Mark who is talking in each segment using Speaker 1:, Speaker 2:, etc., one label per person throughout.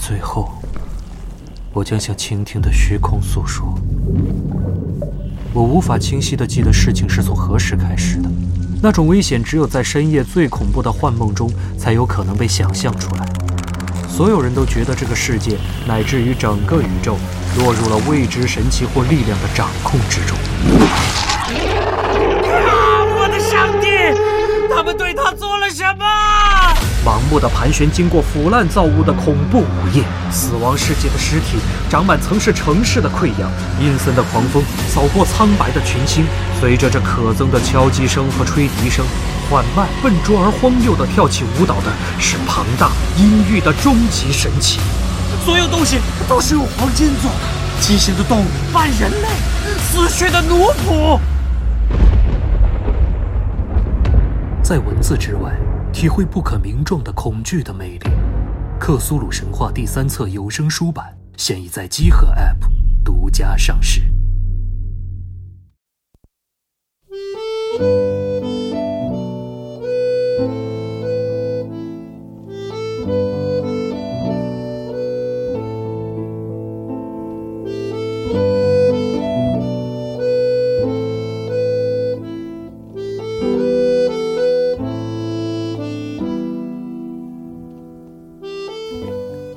Speaker 1: 最后，我将向倾听的虚空诉说。我无法清晰地记得事情是从何时开始的，那种危险只有在深夜最恐怖的幻梦中才有可能被想象出来。所有人都觉得这个世界乃至于整个宇宙落入了未知神奇或力量的掌控之中。
Speaker 2: 啊！我的上帝，他们对他做了什么？
Speaker 1: 盲目的盘旋，经过腐烂造物的恐怖午夜，死亡世界的尸体长满曾是城市的溃疡，阴森的狂风扫过苍白的群星，随着这可憎的敲击声和吹笛声，缓慢、笨拙而荒谬地跳起舞蹈的是庞大阴郁的终极神奇。
Speaker 2: 所有东西都是用黄金做的，畸形的动物、半人类、死去的奴仆。
Speaker 1: 在文字之外，体会不可名状的恐惧的魅力。《克苏鲁神话》第三册有声书版现已在积禾 App 独家上市。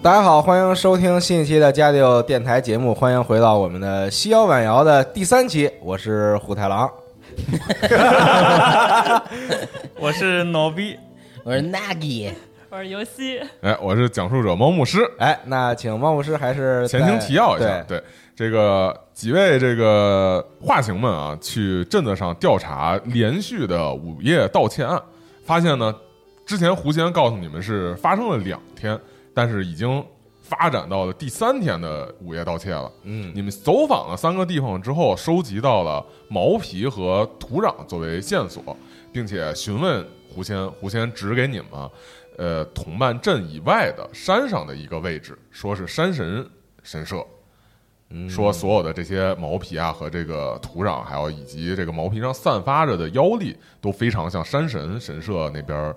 Speaker 3: 大家好，欢迎收听新一期的家里有电台节目，欢迎回到我们的西瑶晚瑶的第三期，我是虎太郎。
Speaker 4: 我是脑逼，
Speaker 5: 我说 Nagi，
Speaker 6: 我是游戏，
Speaker 7: 哎，我是讲述者猫牧师。
Speaker 3: 哎，那请猫牧师还是
Speaker 7: 前情
Speaker 3: 在
Speaker 7: 提要一下，
Speaker 3: 对
Speaker 7: 对这个几位这个画行们啊，去镇子上调查连续的午夜盗窃案，发现呢，之前胡先告诉你们是发生了两天，但是已经发展到了第三天的午夜盗窃了。
Speaker 3: 嗯
Speaker 7: 你们走访了三个地方之后，收集到了毛皮和土壤作为线索，并且询问胡仙，胡仙指给你们，呃，同伴镇以外的山上的一个位置，说是山神神社，说所有的这些毛皮啊和这个土壤，还有以及这个毛皮上散发着的妖力，都非常像山神神社那边儿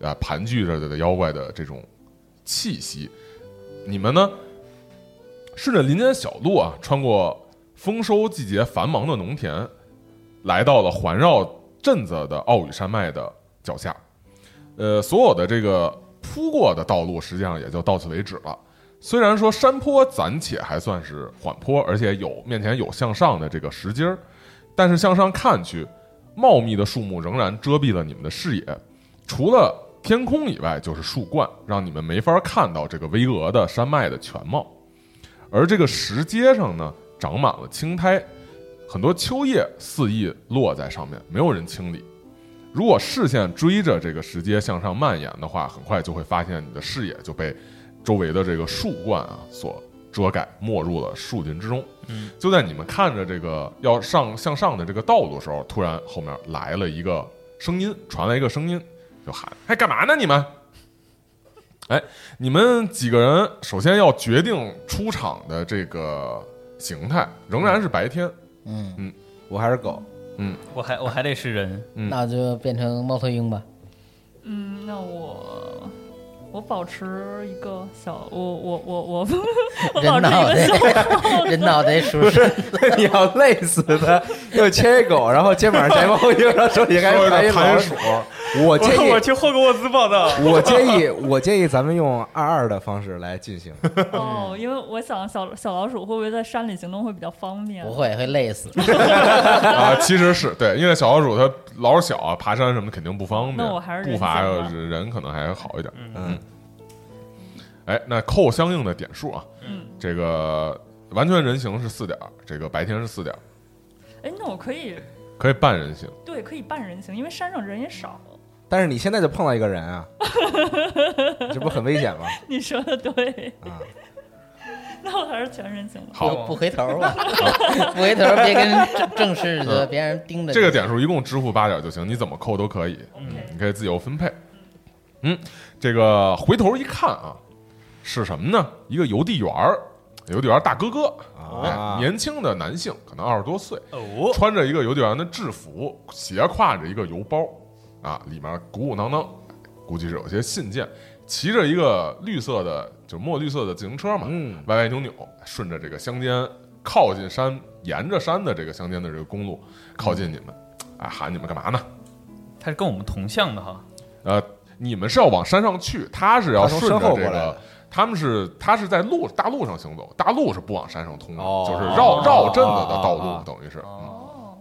Speaker 7: 啊盘踞着的妖怪的这种气息。你们呢，顺着林间小路啊，穿过丰收季节繁忙的农田，来到了环绕镇子的奥羽山脉的脚下。呃，所有的这个铺过的道路，实际上也就到此为止了。虽然说山坡暂且还算是缓坡，而且有面前有向上的这个石阶儿，但是向上看去，茂密的树木仍然遮蔽了你们的视野，除了天空以外就是树冠，让你们没法看到这个巍峨的山脉的全貌。而这个石阶上呢，长满了青苔，很多秋叶肆意落在上面，没有人清理。如果视线追着这个石阶向上蔓延的话，很快就会发现你的视野就被周围的这个树冠啊所遮盖，没入了树林之中。嗯，就在你们看着这个要上向上的这个道路的时候，突然后面来了一个声音，传来一个声音，就喊：“哎，干嘛呢你们？” 哎，你们几个人首先要决定出场的这个形态，仍然是白天。
Speaker 5: 嗯，
Speaker 3: 我还是狗，
Speaker 4: 我还我还得是人，
Speaker 7: 嗯
Speaker 5: 那我就变成猫头鹰吧。
Speaker 6: 嗯，那我我保持一个小，我我我我我保
Speaker 5: 人脑
Speaker 6: 持
Speaker 5: 袋
Speaker 6: 一个小，
Speaker 5: 人脑袋舒 适，
Speaker 3: 你要累死他，又切一狗，然后肩膀上摘猫鹰，然后手里还
Speaker 7: 稍微
Speaker 3: 盘一老
Speaker 7: 的盘
Speaker 3: 鼠
Speaker 7: 鼠。
Speaker 3: 我建
Speaker 4: 我我
Speaker 3: 议，
Speaker 4: 去霍格沃兹 报道。
Speaker 3: 我建议，我建议咱们用二二的方式来进行。
Speaker 6: 哦，因为我想小小老鼠会不会在山里行动会比较方便
Speaker 5: 不？会会累死。
Speaker 7: 啊，其实是对，因为小老鼠它老小啊，爬山什么肯定不方便，
Speaker 6: 那我还是人
Speaker 7: 步伐
Speaker 6: 行吧
Speaker 7: 人可能还好一点。
Speaker 3: 嗯，
Speaker 7: 哎，那扣相应的点数啊，
Speaker 6: 嗯，
Speaker 7: 这个完全人形是四点儿，这个白天是四点儿，
Speaker 6: 哎，那我可以
Speaker 7: 可以半人形。
Speaker 6: 对可以半人行，因为山上人也少。
Speaker 3: 但是你现在就碰到一个人 啊，这不很危险吗？
Speaker 6: 你说的对，
Speaker 3: 啊，
Speaker 6: 那我还是全人行吧。
Speaker 7: 好，
Speaker 5: 不不回头吧， 不回头别跟正正式的别让人盯着你。
Speaker 7: 嗯这个点数一共支付八点儿就行，你怎么扣都可以。嗯
Speaker 6: OK，
Speaker 7: 你可以自由分配。嗯，这个回头一看啊，是什么呢？一个邮递员儿，邮递员儿大哥哥，
Speaker 3: 啊
Speaker 7: 哎年轻的男性，可能二十多岁，
Speaker 4: 哦，
Speaker 7: 穿着一个邮递员的制服，斜挎着一个邮包，啊，里面鼓鼓囊囊，估计是有些信件，骑着一个绿色的，就是墨绿色的自行车嘛，
Speaker 3: 嗯，
Speaker 7: 歪歪扭扭，顺着这个乡间靠近山，沿着山的这个乡间的这个公路靠近你们，哎，喊你们干嘛呢？
Speaker 4: 他是跟我们同向的哈，
Speaker 7: 呃，你们是要往山上去，他是要
Speaker 3: 他从
Speaker 7: 顺着
Speaker 3: 身后
Speaker 7: 这
Speaker 3: 过来
Speaker 7: 个
Speaker 3: 的，
Speaker 7: 他们是他是在路大路上行走，大路是不往山上通的，
Speaker 3: 哦
Speaker 7: 就是绕绕镇子的道
Speaker 3: 哦哦哦
Speaker 7: 路，等于是。嗯
Speaker 6: 哦，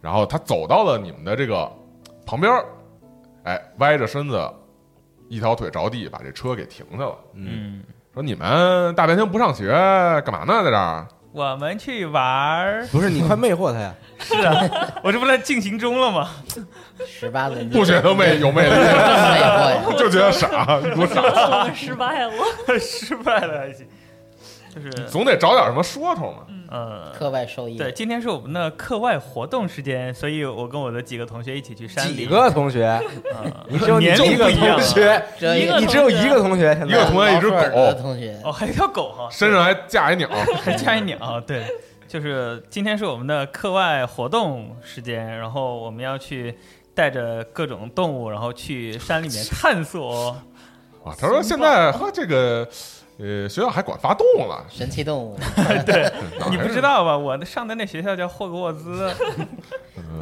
Speaker 7: 然后他走到了你们的这个旁边儿，哎，歪着身子，一条腿着地，把这车给停下了，
Speaker 4: 嗯，
Speaker 7: 说：“你们大白天不上学，干嘛呢？在这儿？
Speaker 4: 我们去玩儿，
Speaker 3: 不是你快魅惑他呀，
Speaker 4: 是啊，我这不在进行中了吗？
Speaker 5: 十八岁
Speaker 7: 不觉得魅有魅力，
Speaker 5: 这么魅惑呀？
Speaker 7: 就觉得傻，你给我傻，
Speaker 6: 我们失 败了。
Speaker 4: 失败了还行，就是
Speaker 7: 总得找点什么说头嘛。”
Speaker 3: 嗯
Speaker 4: 呃，
Speaker 5: 课外受益，
Speaker 4: 对，今天是我们的课外活动时间，所以我跟我的几个同学一起去山里。
Speaker 3: 几个同学，
Speaker 4: 啊
Speaker 3: 你只有你
Speaker 4: 年
Speaker 3: 这
Speaker 4: 龄
Speaker 3: 一个
Speaker 4: 不一样啊
Speaker 3: 同学，
Speaker 5: 这
Speaker 6: 一个
Speaker 3: 你只有一个同学，现
Speaker 7: 一个
Speaker 3: 在
Speaker 7: 同学一只
Speaker 5: 老师
Speaker 7: 狗
Speaker 5: 的同学，
Speaker 4: 哦，还有条狗哈，
Speaker 7: 身上还架一鸟，
Speaker 4: 还加一鸟，对，就是今天是我们的课外活动时间，然后我们要去带着各种动物，然后去山 里面探索。
Speaker 7: 啊，他说现在和这个呃学校还管发动了，
Speaker 5: 神奇动物，
Speaker 7: 哪儿啊
Speaker 4: 你不知？道吧？我上的那学校叫霍格沃兹，哎
Speaker 5: 还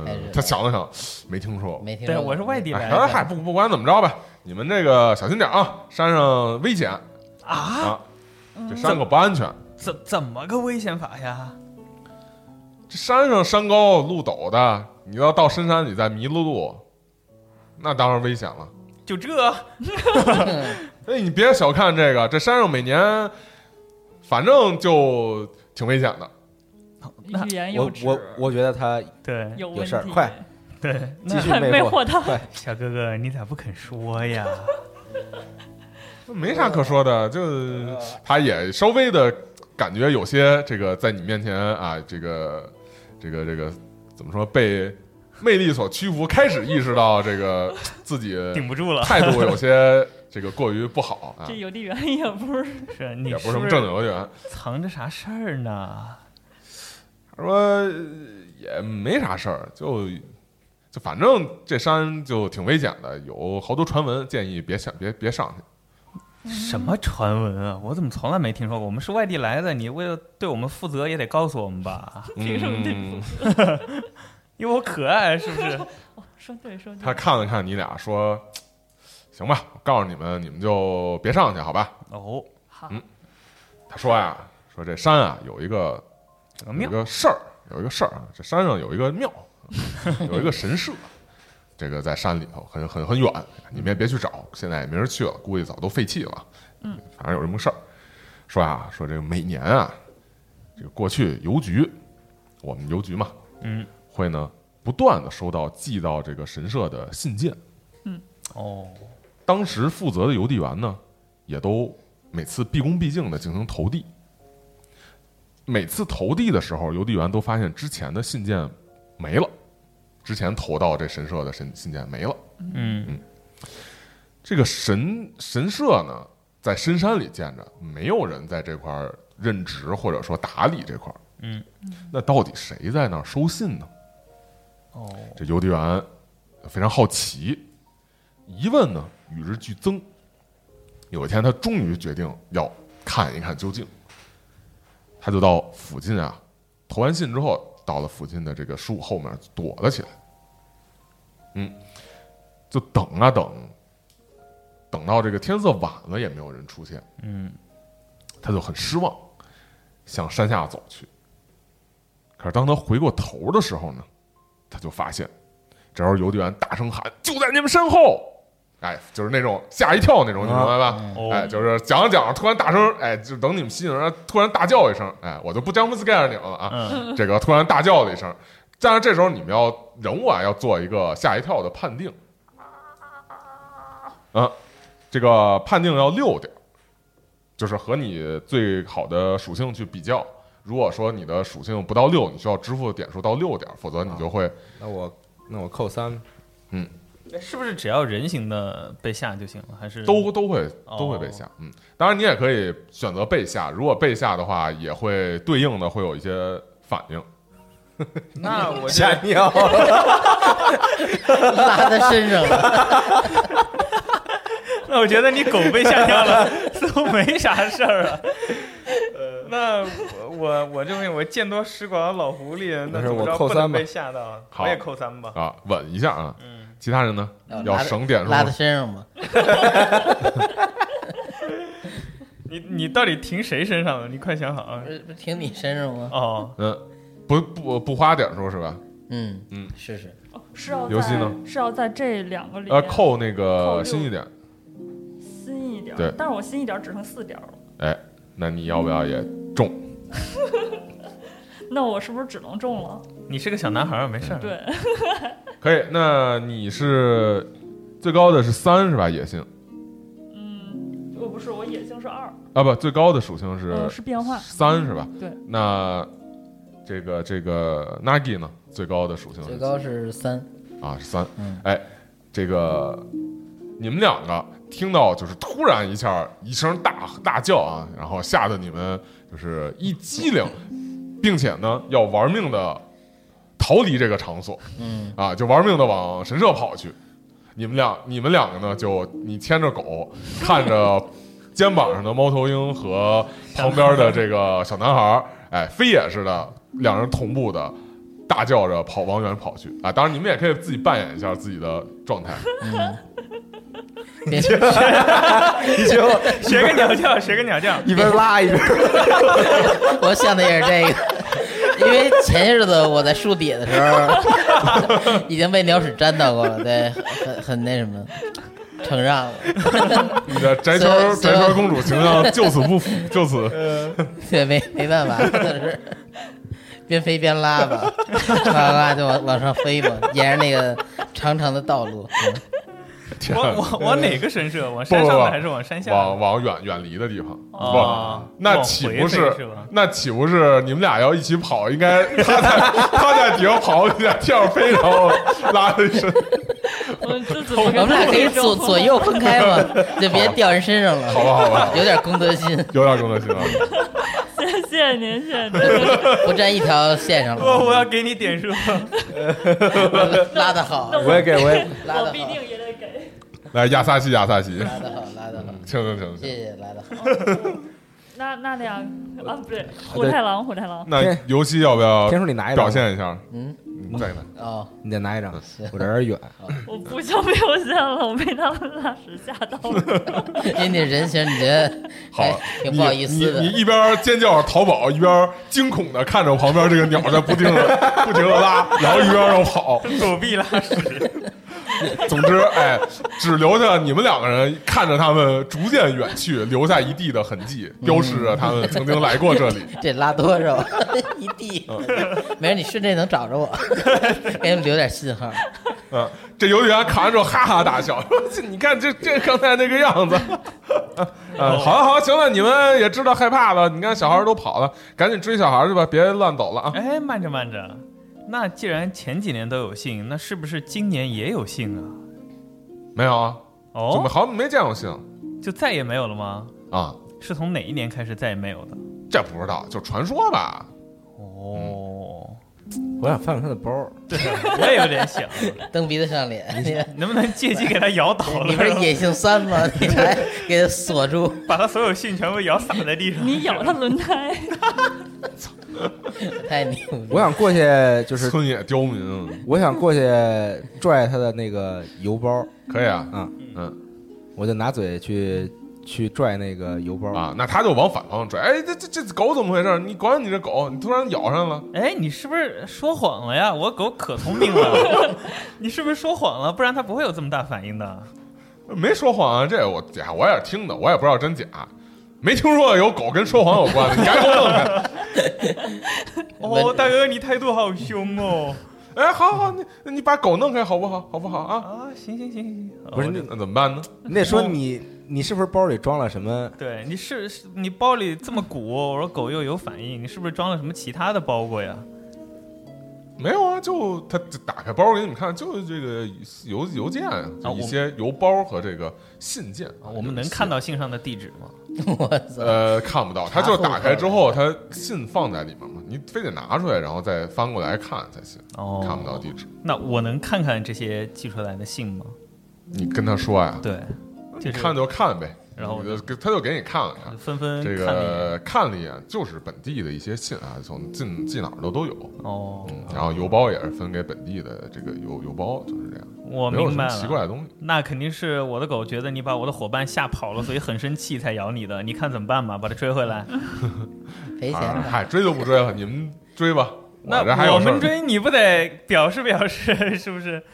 Speaker 7: 嗯
Speaker 5: 是，
Speaker 7: 他想了想，没听说过。
Speaker 5: 没听
Speaker 4: 对，
Speaker 5: 说
Speaker 4: 我是外 地
Speaker 7: 哎，
Speaker 4: 来
Speaker 7: 他说嗨，
Speaker 4: 的
Speaker 7: 不不管怎么着吧，你们这个小心点啊，山上危险，
Speaker 4: 啊，嗯
Speaker 7: 啊，这山可不安全。
Speaker 4: 怎怎么个危险法呀？
Speaker 7: 这山上山高路陡的，你要到深山里再迷了路，那当然危险了。
Speaker 4: 就这，
Speaker 7: 哎，你别小看这个，这山上每年反正就挺危险的。
Speaker 4: 那
Speaker 6: 欲言又
Speaker 3: 我
Speaker 6: 止，
Speaker 3: 我我觉得他
Speaker 4: 对
Speaker 6: 有
Speaker 3: 有
Speaker 6: 问
Speaker 3: 事儿
Speaker 6: 题，
Speaker 3: 快
Speaker 4: 对，
Speaker 3: 继
Speaker 4: 那
Speaker 3: 续
Speaker 6: 还
Speaker 3: 魅
Speaker 6: 魅
Speaker 3: 惑，
Speaker 6: 惑他
Speaker 3: 快
Speaker 4: 小哥哥你咋不肯说呀？
Speaker 7: 没啥可说的，就他也稍微的感觉有些这个在你面前啊，这个这个这个怎么说被魅力所屈服，开始意识到这个自己
Speaker 4: 顶不住 了，
Speaker 7: 态度有些这个过于不好啊
Speaker 6: 这，有地缘也不是
Speaker 4: 是你
Speaker 7: 也不
Speaker 4: 是
Speaker 7: 什么
Speaker 4: 不
Speaker 7: 正
Speaker 4: 是
Speaker 7: 经人员。
Speaker 4: 藏着啥事儿呢？
Speaker 7: 他说呃也没啥事儿，就就反正这山就挺危险的，有好多传闻，建议别想别别上去。嗯
Speaker 4: 什么传闻啊？我怎么从来没听说过？我们是外地来的，你为了对我们负责，也得告诉我们吧？
Speaker 6: 凭什么对付
Speaker 7: 嗯？
Speaker 4: 因为我可爱，是不 是？
Speaker 6: 说对说对，
Speaker 7: 他看了看你俩，说：“行吧，我告诉你们，你们就别上去，好吧
Speaker 4: 哦，
Speaker 6: 好
Speaker 7: 嗯，？”他说呀：“说这山啊，有一个
Speaker 4: 怎
Speaker 7: 有
Speaker 4: 么
Speaker 7: 一个事儿，有一个事儿啊，这山上有一个庙， 有一个神社，这个在山里头，很很很远，你们也别去找，现在也没人去了，估计早都废弃了。
Speaker 6: 嗯，
Speaker 7: 反正有这么个事儿。说啊，说这个每年啊，这个过去邮局，我们邮局嘛，
Speaker 4: 嗯，
Speaker 7: 会呢不断的收到寄到这个神社的信件。”
Speaker 4: 哦，
Speaker 7: 当时负责的邮递员呢，也都每次毕恭毕敬的进行投递。每次投递的时候，邮递员都发现之前的信件没了，之前投到这神社的神信件没了。
Speaker 4: 嗯
Speaker 7: 这个神神社呢，在深山里建着，没有人在这块儿任职或者说打理这块儿。
Speaker 4: 嗯，
Speaker 7: 那到底谁在那儿收信呢？
Speaker 4: 哦，
Speaker 7: 这邮递员非常好奇，疑问呢与日俱增。有一天，他终于决定要看一看究竟。他就到附近啊，投完信之后，到了附近的这个树后面躲了起来。嗯，就等啊等，等到这个天色晚了也没有人出现，
Speaker 4: 嗯，
Speaker 7: 他就很失望，向山下走去。可是当他回过头的时候呢，他就发现，这时候邮递员大声喊：“就在你们身后！”哎，就是那种吓一跳那种，你明白吧？
Speaker 4: 哦
Speaker 7: 哎，就是讲着讲着，突然大声，哎，就等你们吸引人，突然大叫一声，哎，我就不 jump scare 你们了啊！
Speaker 4: 嗯，
Speaker 7: 这个突然大叫了一声，但是这时候你们要人物啊要做一个吓一跳的判定，啊，这个判定要六点，就是和你最好的属性去比较。如果说你的属性不到六，你需要支付的点数到六点，否则你就会
Speaker 3: 那我那我扣三，
Speaker 4: 是不是只要人形的被吓就行了？还
Speaker 6: 嗯
Speaker 4: 是
Speaker 7: 都都会
Speaker 4: 哦
Speaker 7: 都会被吓，嗯，当然你也可以选择被吓，如果被吓的话，也会对应的会有一些反应，
Speaker 4: 那我就
Speaker 3: 吓尿了。
Speaker 5: 拉在身上了，
Speaker 4: 那我觉得你狗被吓尿 了，似乎没啥事儿啊。那我我我这边我见多识广的老狐狸，
Speaker 3: 没
Speaker 4: 那
Speaker 3: 事
Speaker 4: 怎么
Speaker 3: 我
Speaker 4: 着
Speaker 3: 扣
Speaker 4: 不能
Speaker 3: 三吧
Speaker 4: 被吓到？啊
Speaker 7: 好
Speaker 4: 我也扣三吧。
Speaker 7: 啊，稳一下啊。
Speaker 4: 嗯，
Speaker 7: 其他人呢？要
Speaker 5: 拉在
Speaker 7: 省点数吗
Speaker 5: 拉在身上嘛。
Speaker 4: 你你到底停谁身上了？你快想好啊
Speaker 5: 不！是不是停你身上吗？
Speaker 4: 哦，
Speaker 7: 嗯，不不不花点数是吧？
Speaker 5: 嗯
Speaker 7: 嗯，
Speaker 5: 是是，
Speaker 6: 是要
Speaker 7: 游戏
Speaker 6: 在
Speaker 7: 呢
Speaker 6: 是要在这两个里
Speaker 7: 呃，
Speaker 6: 面
Speaker 7: 扣那个
Speaker 6: 扣六
Speaker 7: 新一点。
Speaker 6: 新一点儿
Speaker 7: 对，
Speaker 6: 但是我新一点儿只剩四点儿了，
Speaker 7: 哎，那你要不要也中？
Speaker 6: 那我是不是只能中了？
Speaker 4: 你是个小男孩儿，没事儿。
Speaker 6: 对，
Speaker 7: 可以，那你是最高的是三是吧？野性
Speaker 6: 嗯，我不是，我野性是二，
Speaker 7: 啊，不，最高的属性
Speaker 6: 呃，
Speaker 7: 是
Speaker 6: 是变化，
Speaker 7: 三是吧？
Speaker 6: 对。
Speaker 7: 那这个这个 Nagi 呢？最高的属性
Speaker 5: 最
Speaker 7: 是
Speaker 5: 高是 三，
Speaker 7: 啊，是三。
Speaker 5: 嗯
Speaker 7: 哎，这个你们两个听到就是突然一下一声大大叫啊，然后吓得你们就是一激灵，并且呢要玩命的逃离这个场所
Speaker 5: 嗯，
Speaker 7: 啊，就玩命的往神社跑去。你们两你们两个呢，就你牵着狗，看着肩膀上的猫头鹰和旁边的这个小男孩儿，哎，飞也似的，两人同步的大叫着跑往远跑去啊！当然，你们也可以自己扮演一下自己的状 态。
Speaker 5: 别
Speaker 3: 你就
Speaker 4: 哦学个鸟 叫，学个鸟叫。
Speaker 3: 一边拉 一边，
Speaker 5: 我想的也是这个，因为前些日子我在树底下的时候， 已经被鸟屎沾到过了，对，很很那什么，承让了，
Speaker 7: 你的宅圈儿
Speaker 5: 所
Speaker 7: 宅
Speaker 5: 以
Speaker 7: 圈儿公主形象就此不符，就此
Speaker 5: 对，没没办法，就是边飞边拉吧，呱呱就往往上飞嘛，沿着那个长长的道 路，嗯
Speaker 7: 天
Speaker 4: 我
Speaker 7: 啊
Speaker 4: 我往哪个神社？往山上
Speaker 7: 不不
Speaker 4: 的
Speaker 7: 不
Speaker 4: 还是往山下的？
Speaker 7: 往往远远离的地方。
Speaker 4: 哦
Speaker 7: 不，那
Speaker 4: 往
Speaker 7: 岂
Speaker 4: 回
Speaker 7: 不
Speaker 4: 飞是吧
Speaker 7: 那岂不是你们俩要一起跑？应该他在他在底下跑，你在天上飞，然后拉着一身。
Speaker 6: 我这 怎么
Speaker 5: 我
Speaker 6: 跟
Speaker 5: 们俩可以
Speaker 6: 这
Speaker 5: 左
Speaker 6: 种
Speaker 5: 左右分开 嘛，就别掉人身上了，
Speaker 7: 好吧好吧
Speaker 5: 有点公德心，
Speaker 7: 有点功德啊心了。
Speaker 6: 谢谢您，谢谢您。
Speaker 5: 不站一条线上
Speaker 4: 我我
Speaker 5: 了，
Speaker 4: 要给你 点数。
Speaker 5: 拉的好，
Speaker 3: 我也给，我也
Speaker 5: 拉的
Speaker 6: 我
Speaker 5: 好，
Speaker 6: 必定也得给。
Speaker 7: 来，亚萨西，亚萨西，
Speaker 5: 拉的好，拉的好，
Speaker 7: 请请请请。
Speaker 5: 谢谢拉的好。
Speaker 6: 那那俩啊，不对，虎太狼，虎太狼，
Speaker 7: 那游戏要不要
Speaker 3: 天叔你拿一张
Speaker 7: 表，现一下？
Speaker 5: 嗯，
Speaker 7: 你再来。
Speaker 5: 哦，
Speaker 3: 你再拿一张，我这有 点远。
Speaker 6: 我不想表现了，我被他们拉屎吓到了。
Speaker 5: 因为你 人形，你觉得还
Speaker 7: 好，啊
Speaker 5: 哎挺不好意思
Speaker 7: 你你你
Speaker 5: 的。
Speaker 7: 一边尖叫逃跑，一边惊恐的看着旁边这个鸟在不停的不停的拉，然后一边要跑。
Speaker 4: 狗屁拉屎，
Speaker 7: 总之，哎，只留下你们两个人看着他们逐渐远去，留下一地的痕迹，
Speaker 5: 嗯
Speaker 7: 标示着他们曾经来过这里。
Speaker 5: 这拉多少一地，没事，你顺这能找着我， 给你们留点信号。
Speaker 7: 嗯，这邮递员看完之后哈哈大笑，说：“这你看这这刚才那个样子。” 嗯，好了好了，行了，你们也知道害怕了。你看小孩都跑了，赶紧追小孩去吧，别乱走了啊！
Speaker 4: 哎，慢着慢着，那既然前几年都有幸，那是不是今年也有幸啊？
Speaker 7: 没有啊，怎么
Speaker 4: 哦，
Speaker 7: 好像没见过信
Speaker 4: 就再也没有了吗？
Speaker 7: 啊？
Speaker 4: 是从哪一年开始再也没有的？
Speaker 7: 这不知道，就传说吧。
Speaker 4: 哦，
Speaker 3: 我想翻翻他的包，
Speaker 4: 对，我也有点想，
Speaker 5: 蹬鼻子上脸，你
Speaker 4: 能不能借机给他摇倒了？
Speaker 5: 你不是野性三吗？ 你还给他锁住，
Speaker 4: 把他所有信全部摇洒在地上？
Speaker 6: 你咬他轮胎，
Speaker 5: 太牛逼
Speaker 3: 我
Speaker 5: 了！
Speaker 3: 想过去就是，
Speaker 7: 村野刁民，
Speaker 3: 我想过去拽他的那个邮包，
Speaker 7: 可以啊，
Speaker 3: 嗯
Speaker 7: 嗯
Speaker 3: 我就拿嘴去去拽那个邮包。
Speaker 7: 啊，那他就往反方向拽。哎，这这这狗怎么回事？你管你这狗，你突然咬上了。
Speaker 4: 哎，你是不是说谎了呀？我狗可聪明 了，你是不是说谎了？不然它不会有这么大反应的。
Speaker 7: 没说谎啊，这我呀，我也是听的，我也不知道真假，没听说有狗跟说谎有关的，你赶紧给我弄开。
Speaker 4: 哦，大哥，你态度好凶哦！
Speaker 7: 哎，好好，你你把狗弄开好不好？好不好啊？
Speaker 4: 啊，行行行行，行
Speaker 3: 不是
Speaker 4: 哦
Speaker 3: 那
Speaker 7: 那怎么办呢？
Speaker 3: 你得说你你是不是包里装了什么？
Speaker 4: 对，你是是你包里这么鼓，我说狗又有反应，你是不是装了什么其他的包裹呀？
Speaker 7: 没有啊，就他打开包给你们看，就是这个邮邮件，啊就
Speaker 4: 啊我
Speaker 7: 一
Speaker 4: 们
Speaker 7: 些邮包和这个信件啊
Speaker 4: 啊我们能看到信上的地址吗？
Speaker 5: 我操，
Speaker 7: 呃，看不到，他就
Speaker 5: 查户口
Speaker 7: 打开之后，他信放在里面嘛，你非得拿出来，然后再翻过来看才行，
Speaker 4: 哦，
Speaker 7: 看不到。地址。
Speaker 4: 那我能看看这些寄出来的信吗？
Speaker 7: 你跟他说呀，
Speaker 4: 对，
Speaker 7: 你
Speaker 4: 就是
Speaker 7: 看就看呗，
Speaker 4: 然后
Speaker 7: 你就给他就给你看了看，
Speaker 4: 纷纷
Speaker 7: 啊这
Speaker 4: 看了一眼
Speaker 7: 个看了一眼，就是本地的一些信啊，从进进哪儿都都有，
Speaker 4: 哦，
Speaker 7: 嗯，然后邮包也是分给本地的这个邮邮包，就是这样，
Speaker 4: 我
Speaker 7: 没有
Speaker 4: 明
Speaker 7: 什
Speaker 4: 白
Speaker 7: 么
Speaker 4: 了。
Speaker 7: 奇怪的东西。
Speaker 4: 那肯定是我的狗觉得你把我的伙伴吓跑了，所以很生气才咬你的。你看怎么办吧，把它追回来。
Speaker 5: 赔钱
Speaker 7: 啊
Speaker 5: 吧。
Speaker 7: 嗨，追都不追了，你们追吧，
Speaker 4: 那
Speaker 7: 我这还有
Speaker 4: 我
Speaker 7: 事儿
Speaker 4: 们追你不得表示表示，是不是？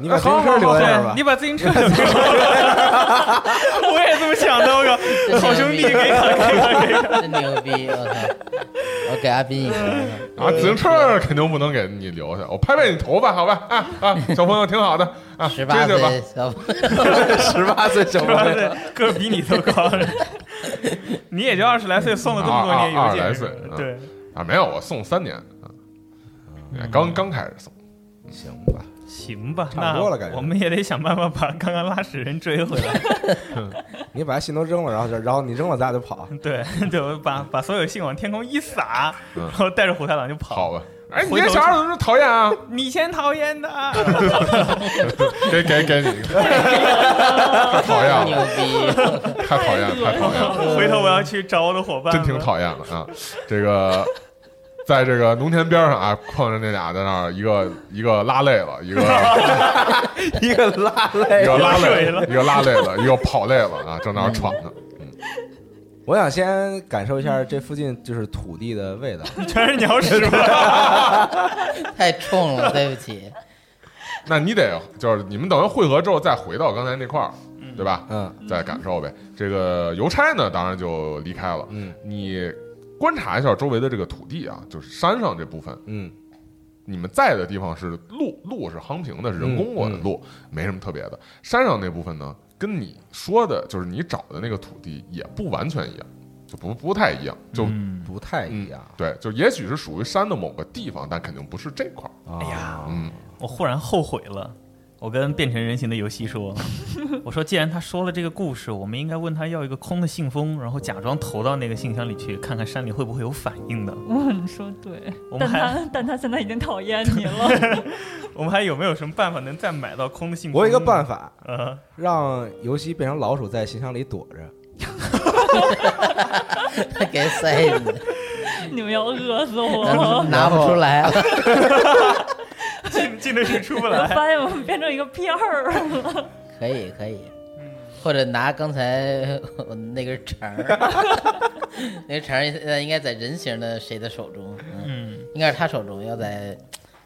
Speaker 3: 你
Speaker 4: 啊
Speaker 3: 把自行车留在那儿吧
Speaker 4: 对， 你。把自行车留给我。我也这么想的，我靠， 好兄弟，给他给他 给嗯他。
Speaker 5: 真牛逼！我操，我给阿斌一个，我
Speaker 7: 啊，自行车肯定不能给你留下，我拍拍你头发，好吧？啊啊，小朋友挺好的
Speaker 5: 操
Speaker 7: 啊，追
Speaker 5: 十八
Speaker 7: 去吧
Speaker 5: 岁。小朋友，
Speaker 3: 十八岁小朋友，
Speaker 4: 对，个儿比你都高， 你也就二十来岁，送了这么多年
Speaker 7: 啊啊
Speaker 4: 邮件，
Speaker 7: 20来岁啊
Speaker 4: 对，
Speaker 7: 啊，没有，我送三年啊，哎刚刚开始送，
Speaker 3: 行吧，
Speaker 4: 行吧，
Speaker 3: 差
Speaker 4: 那
Speaker 3: 不多了感觉
Speaker 4: 我们也得想办法把刚刚拉屎人追回来。
Speaker 3: 你把信都扔了，然后就然后你扔了，咱俩就跑。
Speaker 4: 对，就把把所有信往天空一撒，
Speaker 7: 嗯
Speaker 4: 然后带着虎太郎就跑。
Speaker 7: 好吧？哎，你
Speaker 4: 回头
Speaker 7: 这小孩怎么讨 厌啊？
Speaker 4: 你先讨厌的，
Speaker 7: 嗯给给给你一个， 太讨厌
Speaker 5: 牛
Speaker 7: 了，
Speaker 5: 逼！
Speaker 7: 太讨厌，了，太讨厌，了，
Speaker 4: 回头我要去找我的伙伴。
Speaker 7: 真挺。讨厌的啊！这个。在这个农田边上啊，碰着那俩在那儿，一个一个拉累了，一个
Speaker 3: 一个拉
Speaker 7: 一
Speaker 3: 累
Speaker 7: 个拉
Speaker 4: 拉
Speaker 7: 累
Speaker 4: 水
Speaker 7: 了
Speaker 4: 了，
Speaker 7: 一个拉累了，一个跑累了啊，正在那儿喘呢。
Speaker 3: 我想先感受一下这附近就是土地的味道。
Speaker 4: 全是鸟屎吧？
Speaker 5: 太冲了，对不起。
Speaker 7: 那你得就是你们等于汇合之后再回到刚才那块儿，对吧？
Speaker 3: 嗯
Speaker 7: 再感受呗。这个邮差呢，当然就离开了。
Speaker 3: 嗯
Speaker 7: 你观察一下周围的这个土地啊，就是山上这部分，
Speaker 3: 嗯，
Speaker 7: 你们在的地方是路，路是夯平的，是人工过的
Speaker 3: 嗯嗯
Speaker 7: 路，没什么特别的。山上那部分呢，跟你说的就是你找的那个土地也不完全一样，就不不太一样，就。
Speaker 3: 不太
Speaker 7: 嗯
Speaker 3: 一样。
Speaker 7: 对，就也许是属于山的某个地方，但肯定不是这块儿。
Speaker 3: 哎呀，
Speaker 7: 嗯，
Speaker 4: 我忽然后悔了。我跟变成人形的游戏说：“ 我说，既然他说了这个故事，我们应该问他要一个空的信封，然后假装投到那个信箱里去，看看山里会不会有反应的。
Speaker 6: 我你说对，
Speaker 4: 我们
Speaker 6: 但
Speaker 4: 还
Speaker 6: 他但他现在已经讨厌你了。
Speaker 4: 我们还有没有什么办法能再买到空的信封？
Speaker 3: 我有一个办
Speaker 4: 法，
Speaker 3: 法，
Speaker 4: 呃，
Speaker 3: 让游戏变成老鼠在信箱里躲着。
Speaker 5: 他给塞进去，
Speaker 6: 你们要饿 死
Speaker 7: 哎
Speaker 5: 然后
Speaker 4: 哦
Speaker 6: 我！
Speaker 5: 拿不出来了。
Speaker 4: 进进得去出不
Speaker 6: 我
Speaker 4: 来。
Speaker 6: 发现我们变成一个片儿了。
Speaker 5: 可以可以，或者拿刚才我那根肠儿，那个肠儿现在应该在人形的谁的手中？嗯，
Speaker 4: 嗯，
Speaker 5: 应该是他手中，要在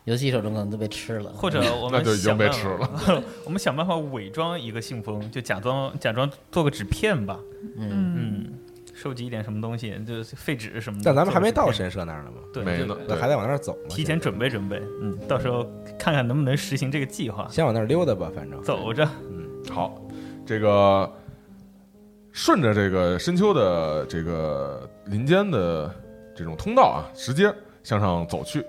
Speaker 5: 游戏手中可能都被吃了。
Speaker 4: 或者我
Speaker 7: 那
Speaker 4: 们
Speaker 7: 就已经
Speaker 4: 想
Speaker 7: 被
Speaker 4: 办
Speaker 7: 吃
Speaker 4: 法，
Speaker 7: 了。
Speaker 4: 我们想办法伪装一个信封，就假装假装做个纸片吧。
Speaker 6: 嗯，
Speaker 4: 嗯，收集一点什么东西，就是废纸什么的。
Speaker 3: 但咱们还没到
Speaker 4: 做个纸
Speaker 3: 神社那儿呢嘛，
Speaker 4: 片，
Speaker 7: 没
Speaker 4: 对，
Speaker 7: 呢
Speaker 4: 就
Speaker 3: 那
Speaker 7: 对
Speaker 3: 还得往那儿走嘛。
Speaker 4: 提前准备准备，嗯，到时候看看能不能实行这个计划。
Speaker 3: 先往那儿溜达吧，反正。
Speaker 4: 走着，
Speaker 7: 好，这个顺着这个深秋的这个林间的这种通道啊，直接向上走去。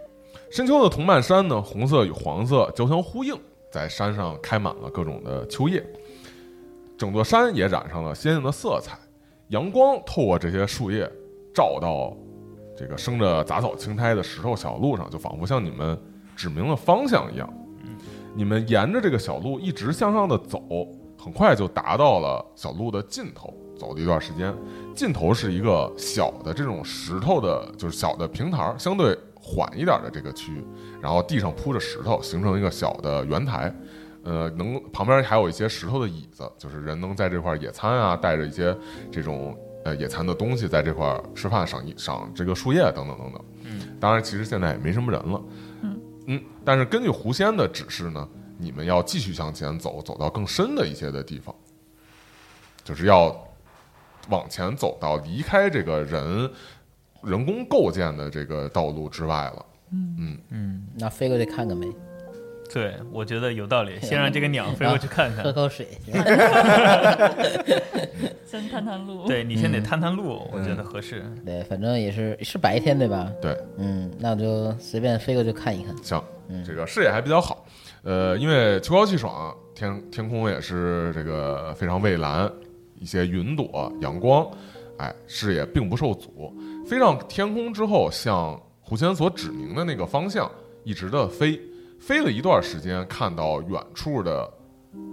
Speaker 7: 深秋的同伴山呢，红色与黄色交相呼应，在山上开满了各种的秋叶，整座山也染上了鲜艳的色彩。阳光透过这些树叶，照到这个生着杂草青苔的石头小路上，就仿佛向你们指明了方向一样。你们沿着这个小路一直向上的走，很快就达到了小路的尽头。走了一段时间，尽头是一个小的这种石头的，就是小的平台儿，相对缓一点的这个区域，然后地上铺着石头，形成一个小的圆台。呃，能旁边还有一些石头的椅子，就是人能在这块儿野餐啊，带着一些这种呃野餐的东西在这块儿吃饭、赏一赏这个树叶等等等等。嗯，当然，其实现在也没什么人了。嗯，但是根据狐仙的指示呢，你们要继续向前走，走到更深的一些的地方，就是要往前走到离开这个人人工构建的这个道路之外了。
Speaker 5: 那飞过去看看呗。
Speaker 4: 对，我觉得有道理，先让这个鸟飞过去看看
Speaker 5: 喝。口水 去。
Speaker 6: 先探探路。
Speaker 4: 对你先得探探路，我觉得合适。
Speaker 5: 对，反正也是是白天对吧？
Speaker 7: 对，
Speaker 5: 嗯，那我就随便飞过去看一看。
Speaker 7: 行，这个视野还比较好。呃，因为秋高气爽，天天空也是这个非常蔚蓝，一些云朵、阳光，哎，视野并不受阻。飞上天空之后，向胡仙所指明的那个方向一直的飞，飞了一段时间，看到远处的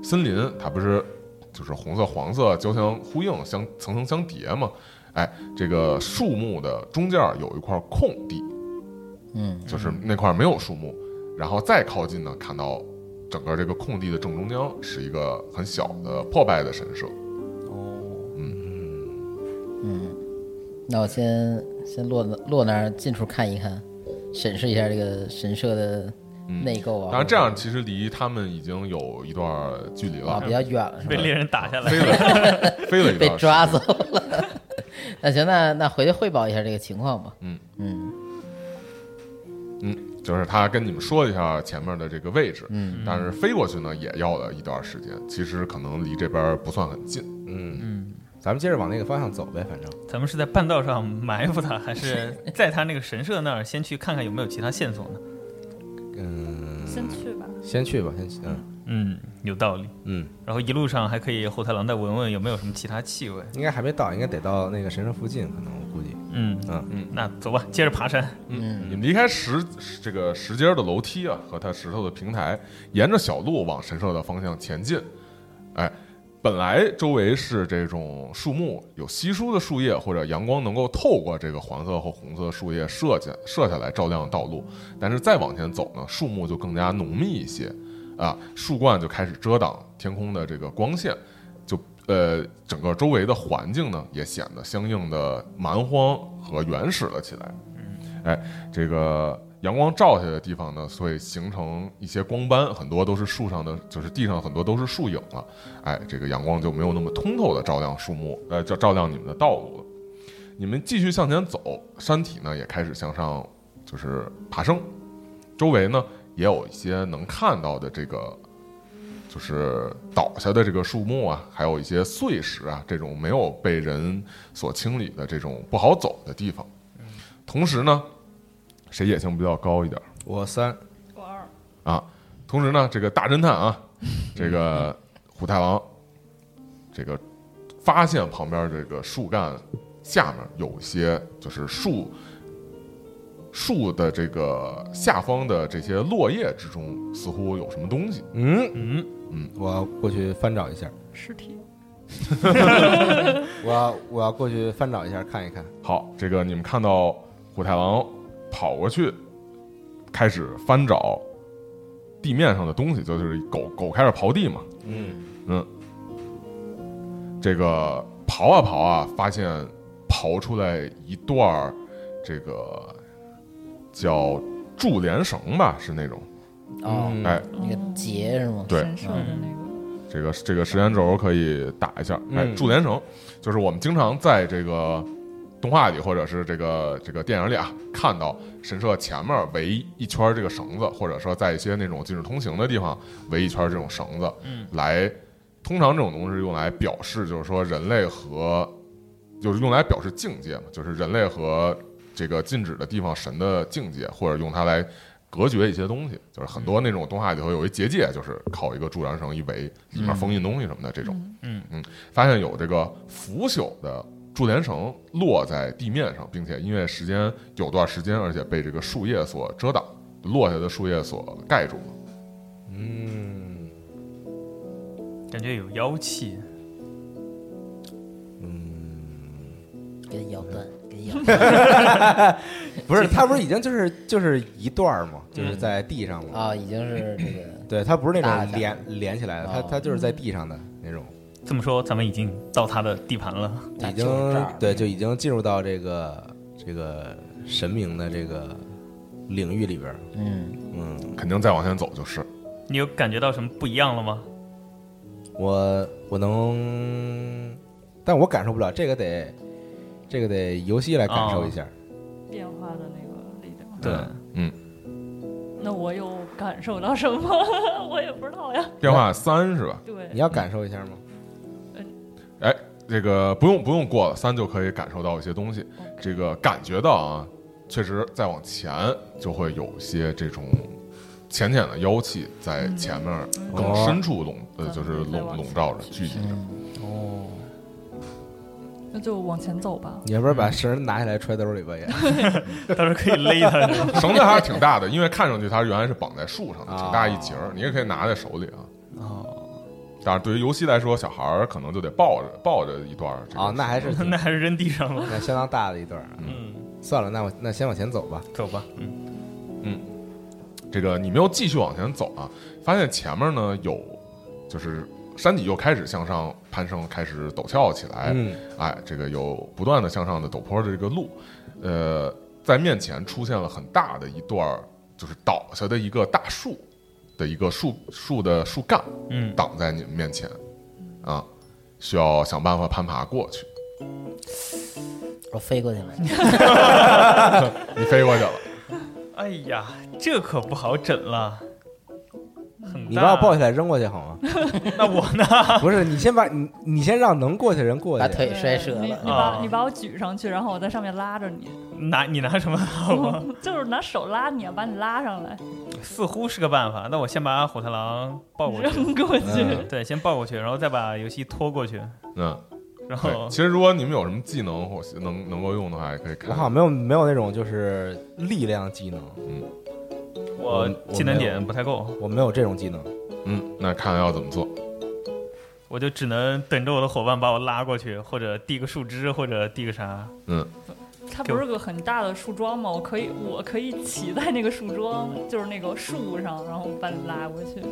Speaker 7: 森林，它不是就是红色、黄色交相呼应、相层层相叠嘛？哎，这个树木的中间有一块空地，
Speaker 5: 嗯，
Speaker 7: 就是那块儿没有树木，然后再靠近呢，看到整个这个空地的正中央是一个很小的破败的神社。
Speaker 5: 那我先先落那落那儿近处看一看，审视一下这个神社的内构啊。
Speaker 7: 当然，这样其实离他们已经有一段距离
Speaker 5: 啊
Speaker 7: 了，
Speaker 5: 比较远了，是吧
Speaker 4: 被？猎人打下来
Speaker 7: 飞，了飞了一段时
Speaker 5: 被
Speaker 7: 间，
Speaker 5: 抓走了。 那行，那那回去汇报一下这个情况吧。
Speaker 7: 嗯
Speaker 5: 嗯
Speaker 7: 嗯，就是他跟你们说一下前面的这个位置，
Speaker 5: 嗯，
Speaker 7: 但是飞过去呢也要了一段时间，其实可能离这边不算很近。
Speaker 3: 嗯，
Speaker 4: 嗯，
Speaker 3: 咱们接着往那个方向走呗，反正
Speaker 4: 咱们是在半道上埋伏他，还是在他那个神社那儿先去看看有没有其他线索呢？
Speaker 3: 嗯，
Speaker 6: 先去吧，
Speaker 3: 先去吧，先去，嗯
Speaker 4: 嗯，有道理。
Speaker 3: 嗯，
Speaker 4: 然后一路上还可以后太郎再闻闻有没有什么其他气味。
Speaker 3: 应该还没到，应该得到那个神社附近，可能我估计，
Speaker 4: 嗯
Speaker 3: 嗯
Speaker 4: 嗯，那走吧，接着爬山。
Speaker 7: 你们离开石这个石阶儿的楼梯啊，和它石头的平台，沿着小路往神社的方向前进。哎，本来周围是这种树木，有稀疏的树叶或者阳光能够透过这个黄色和红色的树叶射下射下来，照亮道路。但是再往前走呢，树木就更加浓密一些，啊，树冠就开始遮挡天空的这个光线，就呃，整个周围的环境呢也显得相应的蛮荒和原始了起来。这个阳光照下来的地方呢，会形成一些光斑，很多都是树上的，就是地上很多都是树影了。哎，这个阳光就没有那么通透的照亮树木，呃，照照亮你们的道路了。你们继续向前走，山体呢也开始向上，就是爬升。周围呢也有一些能看到的这个，就是倒下的这个树木啊，还有一些碎石啊，这种没有被人所清理的这种不好走的地方。同时呢，谁野性比较高一点儿
Speaker 3: 我三，
Speaker 6: 我二。
Speaker 7: 啊。同时呢，这个大侦探啊，这个虎太郎，这个发现旁边这个树干下面有一些就是树树的这个下方的这些落叶之中，似乎有什么东西。
Speaker 3: 嗯，
Speaker 4: 嗯，
Speaker 3: 我要过去翻找一下，
Speaker 6: 尸体，
Speaker 3: 我要我要过去翻找一下，看一看，
Speaker 7: 好，这个你们看到虎太郎跑过去，开始翻找地面上的东西，就是狗狗开始刨地嘛。
Speaker 3: 嗯，
Speaker 7: 这个刨啊刨啊，发现刨出来一段儿这个叫柱连绳吧，是那种。
Speaker 5: 哦，
Speaker 3: 嗯
Speaker 7: 哎，
Speaker 5: 那个结是吗？
Speaker 7: 对
Speaker 6: 神社的那个
Speaker 7: 这个这个时间轴可以打一下。哎，
Speaker 3: 嗯
Speaker 7: 柱连绳就是我们经常在这个动画里或者是这个这个电影里啊看到神社前面围一圈这个绳子，或者说在一些那种禁止通行的地方围一圈这种绳子，
Speaker 4: 嗯，
Speaker 7: 来通常这种东西是用来表示就是说人类和就是用来表示境界嘛，就是人类和这个禁止的地方神的境界，或者用它来隔绝一些东西，就是很多那种动画里头有一结界，就是靠一个柱梁绳一围，里面封印东西什么的这种。
Speaker 4: 嗯
Speaker 7: 发现有这个腐朽的柱连绳落在地面上，并且因为时间有段时间，而且被这个树叶所遮挡，落下的树叶所盖住了。
Speaker 3: 嗯
Speaker 4: 感觉有妖气。
Speaker 5: 给它咬断，给它咬断。
Speaker 3: 不是，他不是已经就是就是一段儿吗？就是在地上吗？
Speaker 5: 嗯啊，已经是这个
Speaker 3: 对，它不是
Speaker 5: 搭
Speaker 3: 那
Speaker 5: 起
Speaker 3: 种
Speaker 5: 来
Speaker 3: 连连起来的，它
Speaker 5: 哦
Speaker 3: 它就是在地上的那种，
Speaker 4: 这么说，咱们已经到他的地盘了。
Speaker 5: 它
Speaker 3: 已
Speaker 5: 就是嗯这
Speaker 3: 经
Speaker 5: 儿
Speaker 3: 对，就已经进入到这个这个神明的这个领域里边儿。
Speaker 5: 嗯，
Speaker 3: 嗯，
Speaker 7: 肯定再往前走就是。
Speaker 4: 你有感觉到什么不一样了吗？
Speaker 3: 我我能，但我感受不了，这个得这个
Speaker 5: 哦
Speaker 3: 得游戏来感受一下。
Speaker 6: 变化的那个力量。
Speaker 3: 对
Speaker 4: 嗯
Speaker 6: 那我有感受到什么？ 我也不知道呀。
Speaker 7: 变化三是吧？
Speaker 6: 对
Speaker 3: 你，要感受一下吗？
Speaker 7: 这个不用不用过了三就可以感受到一些东西，
Speaker 6: OK
Speaker 7: 这个感觉到啊，确实再往前就会有一些这种浅浅的妖气在前面
Speaker 3: 哦
Speaker 7: 更深处笼、呃
Speaker 6: 嗯
Speaker 7: 就是
Speaker 6: 再
Speaker 7: 笼
Speaker 6: 往
Speaker 7: 笼罩着
Speaker 6: 前
Speaker 7: 聚集着。
Speaker 5: 嗯，
Speaker 6: 那就往前走吧。
Speaker 3: 你要不是把绳拿下来揣兜里吧也？
Speaker 4: 到时候可以勒他是吧。
Speaker 7: 绳子还是挺大的，因为看上去它原来是绑在树上的，
Speaker 3: 啊
Speaker 7: 挺大一截儿，你也可以拿在手里啊。
Speaker 4: 哦，
Speaker 7: 但是对于游戏来说，小孩儿可能就得抱着抱着一段儿这个
Speaker 3: 啊，那还是挺
Speaker 4: 那还是扔地上吧。
Speaker 3: 那相当大的一段儿啊。
Speaker 4: 嗯，
Speaker 3: 算了，那我那先往前走吧。
Speaker 4: 走吧。嗯，
Speaker 7: 这个你们又继续往前走啊，发现前面呢有就是山体又开始向上攀升，开始陡峭起来。
Speaker 3: 嗯，
Speaker 7: 哎，这个有不断的向上的陡坡的这个路，呃，在面前出现了很大的一段儿就是倒下的一个大树的一个树树的树干，
Speaker 4: 嗯
Speaker 7: 挡在你们面前，啊，需要想办法攀爬过去。
Speaker 5: 我飞过去了，
Speaker 7: 你飞过去了，
Speaker 4: 哎呀，这可不好整了。很
Speaker 3: 你把我抱
Speaker 4: 下，
Speaker 3: 起来扔过去好吗？
Speaker 4: 那我呢？
Speaker 3: 不是，你先把你你先让能过去的人过
Speaker 5: 把
Speaker 3: 去。
Speaker 5: 腿摔折
Speaker 6: 对你
Speaker 5: 了。
Speaker 6: 你
Speaker 4: 啊
Speaker 6: 把你把我举上去，然后我在上面拉着你，
Speaker 4: 拿你拿什么好吗？
Speaker 6: 就是拿手拉你，啊把你拉上来，
Speaker 4: 似乎是个办法。那我先把虎太郎抱过 去，
Speaker 6: 扔过去。
Speaker 3: 嗯
Speaker 4: 对，先抱过去，然后再把游戏拖过去，
Speaker 7: 嗯，
Speaker 4: 然
Speaker 7: 对。
Speaker 4: 后
Speaker 7: 其实如果你们有什么技能或能能够用的话，也可以
Speaker 3: 我好像
Speaker 7: 看。
Speaker 3: 没有没有那种就是力量技能，
Speaker 4: 我
Speaker 3: 我
Speaker 4: 技能点不太够，
Speaker 3: 我没有这种技能。
Speaker 7: 嗯，那看要怎么做。
Speaker 4: 我就只能等着我的伙伴把我拉过去，或者递个树枝，或者递个啥。
Speaker 6: 它不是个很大的树桩吗？我可以，我可以骑在那个树桩，就是那个树上，然后把你拉过去，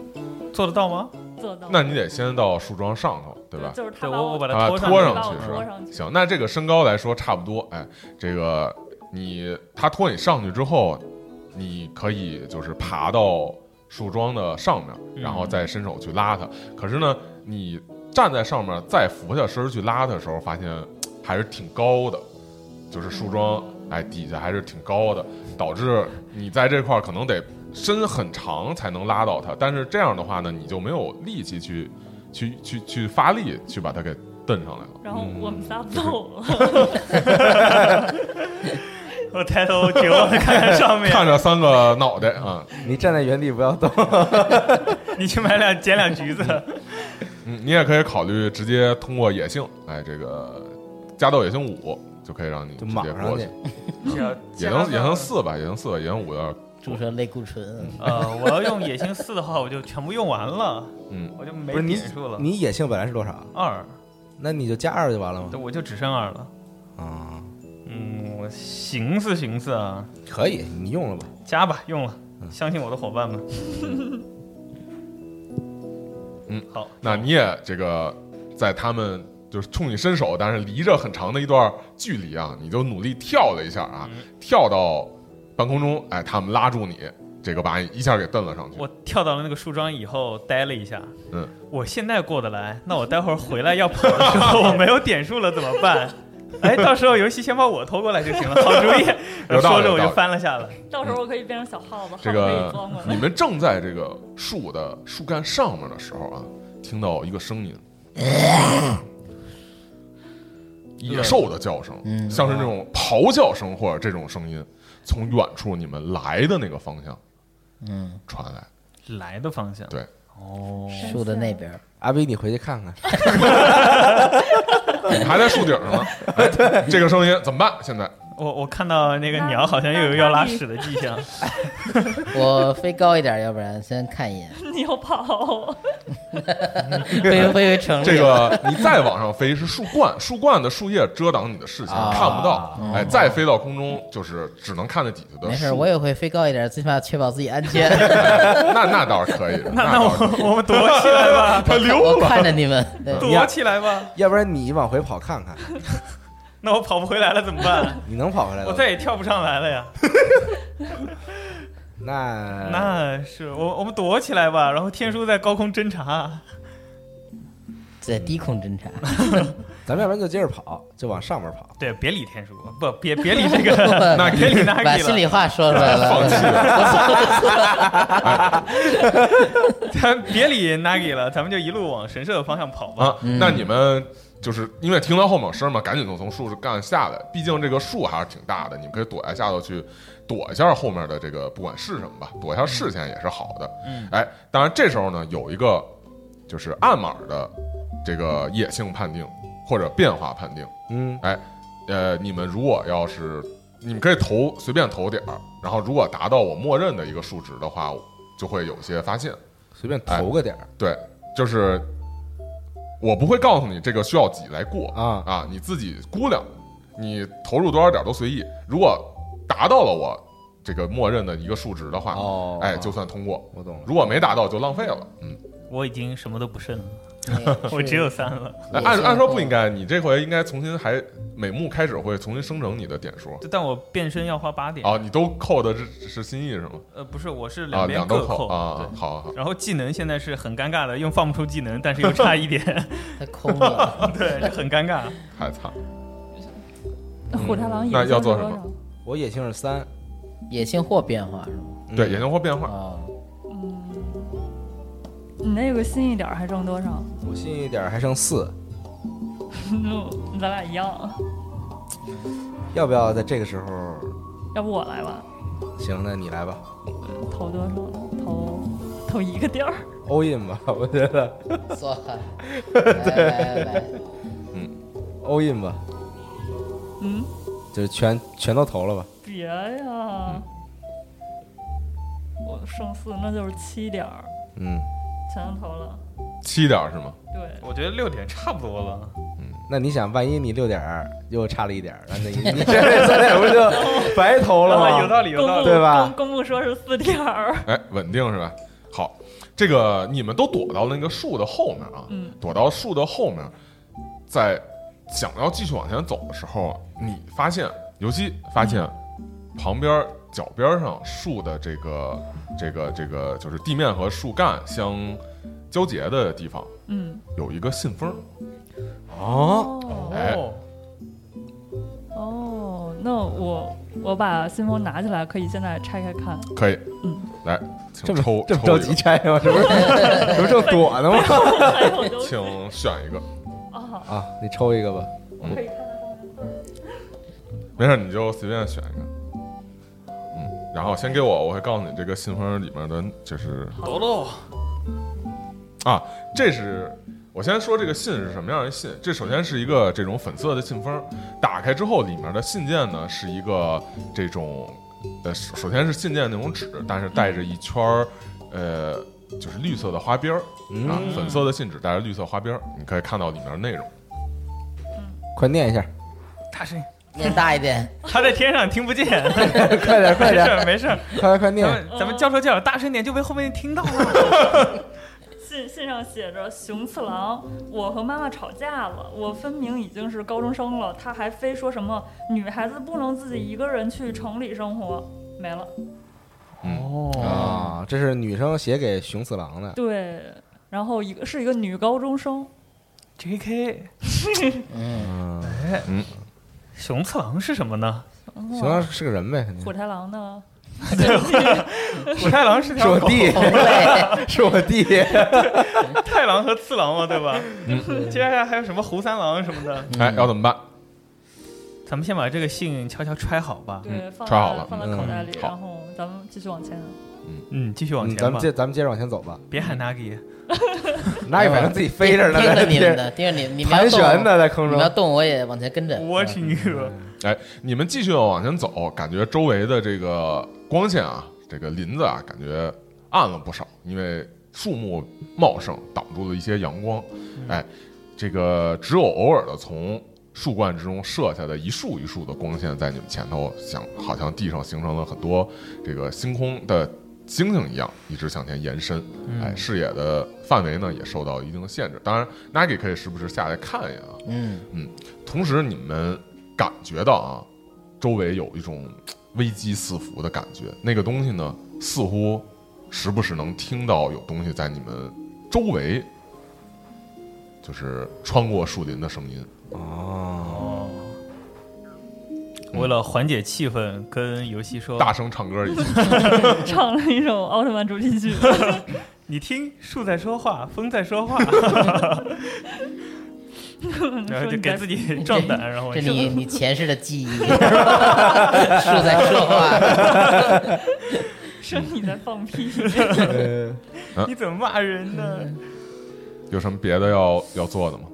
Speaker 4: 做得到吗？
Speaker 6: 做到。
Speaker 7: 那你得先到树桩上头，对吧？
Speaker 6: 就是他
Speaker 4: 对
Speaker 6: 把
Speaker 4: 我，我把它
Speaker 7: 啊，
Speaker 4: 拖上去
Speaker 7: 拖上去是
Speaker 6: 拖
Speaker 7: 吧
Speaker 6: 上？去
Speaker 7: 行，那这个身高来说差不多。哎，这个你他拖你上去之后，你可以就是爬到树桩的上面，
Speaker 4: 嗯
Speaker 7: 然后再伸手去拉它。可是呢，你站在上面再俯下身去拉它的时候，发现嘖还是挺高的，就是树桩哎底下还是挺高的，导致你在这块儿可能得伸很长才能拉到它。但是这样的话呢，你就没有力气去去去去发力去把它给蹬上来了。
Speaker 6: 然后我们
Speaker 7: 嗯
Speaker 6: 仨走了，
Speaker 4: 我抬头绝望的看看上面，
Speaker 7: 看着三个脑袋啊，
Speaker 3: 你站在原地不要动。
Speaker 4: 你去买两捡两橘子。
Speaker 7: 嗯，你也可以考虑直接通过野性，哎，这个加到野性五就可以让你
Speaker 3: 就
Speaker 7: 直
Speaker 3: 莽
Speaker 7: 接
Speaker 3: 上
Speaker 7: 过
Speaker 3: 去
Speaker 7: 去，，
Speaker 4: 也
Speaker 7: 野能野能四吧，野能四吧，野能五有点
Speaker 5: 注射类固醇，
Speaker 4: 呃，我要用野性四的话，我就全部用完了，
Speaker 7: 嗯，
Speaker 4: 我就
Speaker 3: 不
Speaker 4: 没
Speaker 3: 是你
Speaker 4: 点数了。
Speaker 3: 你野性本来是多少？
Speaker 4: 二，
Speaker 3: 那你就加二就完了吗？
Speaker 4: 对，我就只剩二了。
Speaker 3: 啊，
Speaker 4: 嗯，我寻思寻思啊，
Speaker 3: 可以，你用了吧。
Speaker 4: 加吧，用了，
Speaker 3: 嗯
Speaker 4: 相信我的伙伴们。
Speaker 7: 嗯，
Speaker 4: 好，
Speaker 7: 那你也这个在他们就是冲你伸手，但是离着很长的一段距离啊，你就努力跳了一下啊，
Speaker 3: 嗯
Speaker 7: 跳到半空中，哎，他们拉住你，这个把你一下给蹬了上去
Speaker 4: 我。跳到了那个树桩以后，呆了一下。
Speaker 7: 嗯，
Speaker 4: 我现在过得来，那我待会儿回来要跑的时候，我没有点数了怎么办？ 哎，到时候游戏先把我拖过来就行了。好主意，
Speaker 7: 有道
Speaker 4: 说
Speaker 7: 理
Speaker 4: 着我就
Speaker 7: 有道理
Speaker 4: 翻了下来。
Speaker 6: 到时候我可以变成小耗子，耗
Speaker 7: 这
Speaker 6: 子可以
Speaker 7: 个
Speaker 6: 钻过
Speaker 7: 你
Speaker 6: 来。
Speaker 7: 们正在这个树的树干上面的时候啊，听到一个声音，野兽的叫声，
Speaker 5: 嗯
Speaker 7: 像是那种咆哮声或者这种声音，从远处你们来的那个方向
Speaker 5: 嗯，
Speaker 7: 传来。
Speaker 4: 来的方向，
Speaker 7: 对，
Speaker 4: 哦，
Speaker 5: 树的那边儿，
Speaker 3: 阿斌，你回去看看。
Speaker 7: 你还在树顶上吗？哎、这个声音怎么办？现在
Speaker 4: 我我看到那个鸟好像又有要拉屎的迹象，
Speaker 5: 我飞高一点，要不然先看一眼，
Speaker 6: 你要跑，
Speaker 5: 飞飞回城里。
Speaker 7: 这个你再往上飞是树冠，树冠的树叶遮挡你的视线，
Speaker 3: 啊
Speaker 7: 看不到。哎，再飞到空中就是只能看得底下的
Speaker 5: 嗯没事，
Speaker 7: 树。
Speaker 5: 我也会飞高一点，最起码确保自己安 全。
Speaker 7: 哎那那倒是可以，那
Speaker 4: 那
Speaker 7: 倒是可以
Speaker 4: 我我们躲起来吧，
Speaker 7: 他溜
Speaker 5: 我
Speaker 7: 了。
Speaker 5: 看着你们，对
Speaker 4: 躲起来吧。
Speaker 3: 要不然你往回跑看看，
Speaker 4: 那我跑不回来了怎么办？
Speaker 3: 你能
Speaker 7: 哎
Speaker 3: 跑回来
Speaker 4: 我
Speaker 3: 吗？
Speaker 4: 再也跳不上来了呀。
Speaker 7: 哎
Speaker 3: 那
Speaker 4: 那是我我们躲起来吧，然后天书在高空侦察。
Speaker 5: 在低空侦察，
Speaker 3: 咱们要不然就接着跑，就往上面跑。
Speaker 4: 对，别理天书，不，别别理 这个，
Speaker 5: 那
Speaker 4: 别理那
Speaker 5: 把心里话说出来了。
Speaker 7: 放弃
Speaker 4: 咱别理 Nagi 了，咱们就一路往神社的方向跑吧。
Speaker 7: 啊，那你们就是因为听到后面有声嘛，赶紧就从树干下来，毕竟这个树还是挺大的，你们可以躲在下头去躲一下后面的这个不管是什么吧，躲一下视线也是好的。
Speaker 4: 嗯，
Speaker 7: 哎，当然这时候呢，有一个就是暗码的这个野性判定或者变化判定，
Speaker 3: 嗯，
Speaker 7: 呃，你们如果要是你们可以投随便投点儿，然后如果达到我默认的一个数值的话，就会有些发现。
Speaker 3: 随便投个点儿
Speaker 7: 对，就是我不会告诉你这个需要几来过
Speaker 3: 啊
Speaker 7: 啊，你自己估量，你投入多少点儿都随意。如果达到了我这个默认的一个数值的话，
Speaker 3: 哦
Speaker 7: 哎，就算通过；
Speaker 3: 我懂了。
Speaker 7: 如果没达到就浪费了。嗯，
Speaker 4: 我已经什么都不剩了，
Speaker 5: 对
Speaker 4: 我只有三了。哦
Speaker 7: 哎按按说不应该，你这回应该重新还每幕开始会重新生成你的点数。
Speaker 4: 但我变身要花八点，
Speaker 7: 啊，你都扣的是是心意是吗？
Speaker 4: 呃，不是，我是
Speaker 7: 啊，
Speaker 4: 两边
Speaker 7: 两
Speaker 4: 各
Speaker 7: 都扣啊，
Speaker 4: 对
Speaker 7: 好好好，
Speaker 4: 然后技能现在是很尴尬的，又放不出技能，但是又差一 点，
Speaker 5: 他空了，
Speaker 4: 对，就很尴尬。
Speaker 7: 太惨了。
Speaker 6: 火太狼也
Speaker 7: 那要做
Speaker 6: 是
Speaker 7: 什么
Speaker 6: 多少？
Speaker 3: 我野性是三，
Speaker 5: 野性或变化是吗？
Speaker 3: 嗯
Speaker 7: 对，眼睛会变化，
Speaker 5: 啊，
Speaker 6: 嗯你那个新一点儿还挣多少？
Speaker 3: 我信一点儿还剩四，
Speaker 6: 咱俩一样，
Speaker 3: 要不要在这个时候？
Speaker 6: 要不我来吧？
Speaker 3: 行，那你来吧
Speaker 6: 投多少呢？投投一个点儿。
Speaker 3: ，all in 吧， 我觉得
Speaker 5: 算了，来来来，
Speaker 3: all in 吧，
Speaker 6: 嗯，
Speaker 3: 就是全全都投了吧。
Speaker 6: 别
Speaker 7: 嗯
Speaker 6: 呀，我剩四，那就是七点儿，
Speaker 3: 嗯，
Speaker 6: 全都投了。
Speaker 7: 七点儿是吗？
Speaker 6: 对，
Speaker 4: 我觉得六点差不多了，
Speaker 3: 那你想，万一你六点儿又差了一点儿，那你你这三点儿不就白投了
Speaker 4: 啊
Speaker 3: 吗？
Speaker 4: 有 道理，有道
Speaker 6: 公布
Speaker 4: 理。
Speaker 3: 对吧
Speaker 6: 公公布说是四点儿，
Speaker 7: 哎，稳定是吧？好，这个你们都躲到那个树的后面啊，
Speaker 6: 嗯
Speaker 7: 躲到树的后面，在想要继续往前走的时候啊，你发现尤其发现旁边脚边上树的这个这个这个就是地面和树干相交结的地方
Speaker 6: 嗯，
Speaker 7: 有一个信封，
Speaker 3: 哦，
Speaker 6: 哦
Speaker 7: 哎，
Speaker 4: 哦，
Speaker 6: 哦，那我我把信封拿起来，可以现在拆开看。
Speaker 7: 可以
Speaker 6: 嗯，
Speaker 7: 来，
Speaker 3: 这
Speaker 7: 请
Speaker 3: 么
Speaker 7: 抽
Speaker 3: 这么着
Speaker 7: 抽一个
Speaker 3: 急拆吗？这不是这不是正躲呢吗？
Speaker 6: 哎呦，我都
Speaker 7: 请选一个，
Speaker 6: 啊，
Speaker 3: 啊，你抽一个吧。
Speaker 6: 可以看到上面字儿。
Speaker 7: 没事，你就随便选一个。嗯，然后先给我，我会告诉你这个信封里面的，就是
Speaker 4: 抖喽，
Speaker 7: 啊，这是我先说这个信是什么样的信。这首先是一个这种粉色的信封，打开之后里面的信件呢是一个这种，呃，首首先是信件那种纸，但是带着一圈儿，呃，就是绿色的花边儿啊，
Speaker 3: 嗯，
Speaker 7: 粉色的信纸带着绿色花边儿，你可以看到里面的内容。
Speaker 3: 快念一下，
Speaker 4: 大声音，
Speaker 5: 念大一点，
Speaker 4: 他在天上听不见，
Speaker 3: 快点，快
Speaker 4: 没事
Speaker 3: 点，
Speaker 4: 儿没事儿，
Speaker 3: 快快快
Speaker 4: 咱
Speaker 3: 念！
Speaker 4: 们咱们教授教授大声点，就被后面听到了。
Speaker 6: 信信上写着：“熊次郎，我和妈妈吵架了。我分明已经是高中生了，他还非说什么女孩子不能自己一个人去城里生活。”没了。
Speaker 3: 啊，这是女生写给熊次郎的。
Speaker 6: 对，然后一个是一个女高中生，
Speaker 4: J.K.
Speaker 5: 嗯，
Speaker 4: 哎熊次郎是什 么呢？
Speaker 3: 熊次郎是个人呗，
Speaker 7: 嗯
Speaker 3: 肯定
Speaker 6: 火太狼呢？
Speaker 4: 虎太郎是
Speaker 3: 是
Speaker 4: 条
Speaker 3: 我
Speaker 4: 狗，
Speaker 3: 弟，
Speaker 5: 对，
Speaker 3: 是我弟。
Speaker 4: 太郎和次郎嘛，对吧？
Speaker 3: 嗯
Speaker 4: 接下来还有什么胡三郎什么的？
Speaker 7: 哎，要怎么办？
Speaker 4: 咱们先把这个信悄悄揣好吧。
Speaker 6: 对，
Speaker 7: 嗯
Speaker 6: 放
Speaker 7: 穿好
Speaker 6: 在
Speaker 7: 了
Speaker 6: 放在口袋里，
Speaker 7: 嗯好
Speaker 6: 然后咱们继续往前。
Speaker 4: 嗯，继续往
Speaker 3: 嗯，
Speaker 4: 前
Speaker 3: 咱
Speaker 4: 吧
Speaker 3: 们，接咱们接着往嗯前走吧。
Speaker 4: 别喊 Nagi。
Speaker 3: 那反正自己 飞着呢，
Speaker 5: 哎盯着
Speaker 3: 在
Speaker 5: 你
Speaker 3: 这
Speaker 5: 们的，盯着你们，你们要
Speaker 3: 盘
Speaker 5: 动
Speaker 3: 旋呢，嗯在空
Speaker 5: 你们要
Speaker 3: 中。
Speaker 5: 动我也往前跟着。
Speaker 4: 我去你个！
Speaker 7: 哎，你们继续往前走，感觉周围的这个光线啊，这个林子啊，感觉暗了不少，因为树木茂盛，挡住了一些阳光。哎，这个只有偶尔的从树冠之中射下的一束一束的光线，在你们前头像好像地上形成了很多这个星空的星星一样，一直向前延伸。哎，视野的范围呢也受到一定的限制。当然，Nagi 可以时不时下来看一眼啊。
Speaker 5: 嗯，
Speaker 7: 同时，你们感觉到啊，周围有一种嘖危机四伏的感觉。那个东西呢，似乎时不时能听到有东西在你们周围，就是穿过树林的声音。
Speaker 3: 哦，
Speaker 4: 哦，
Speaker 3: 嗯
Speaker 4: 为了缓解气氛，跟游戏说
Speaker 7: 大声唱歌一起，
Speaker 6: 唱了一首奥特曼主 题曲。
Speaker 4: 你听，树在说话，风在说 话，然后就
Speaker 6: 说你
Speaker 4: 给
Speaker 6: 在
Speaker 4: 自己壮胆，然后
Speaker 5: 这你你前世的 记忆，是在说话，
Speaker 6: 说你在放 屁，
Speaker 3: 呃，
Speaker 4: 你怎么骂人呢？
Speaker 3: 嗯
Speaker 7: 有什么别的要要做的吗？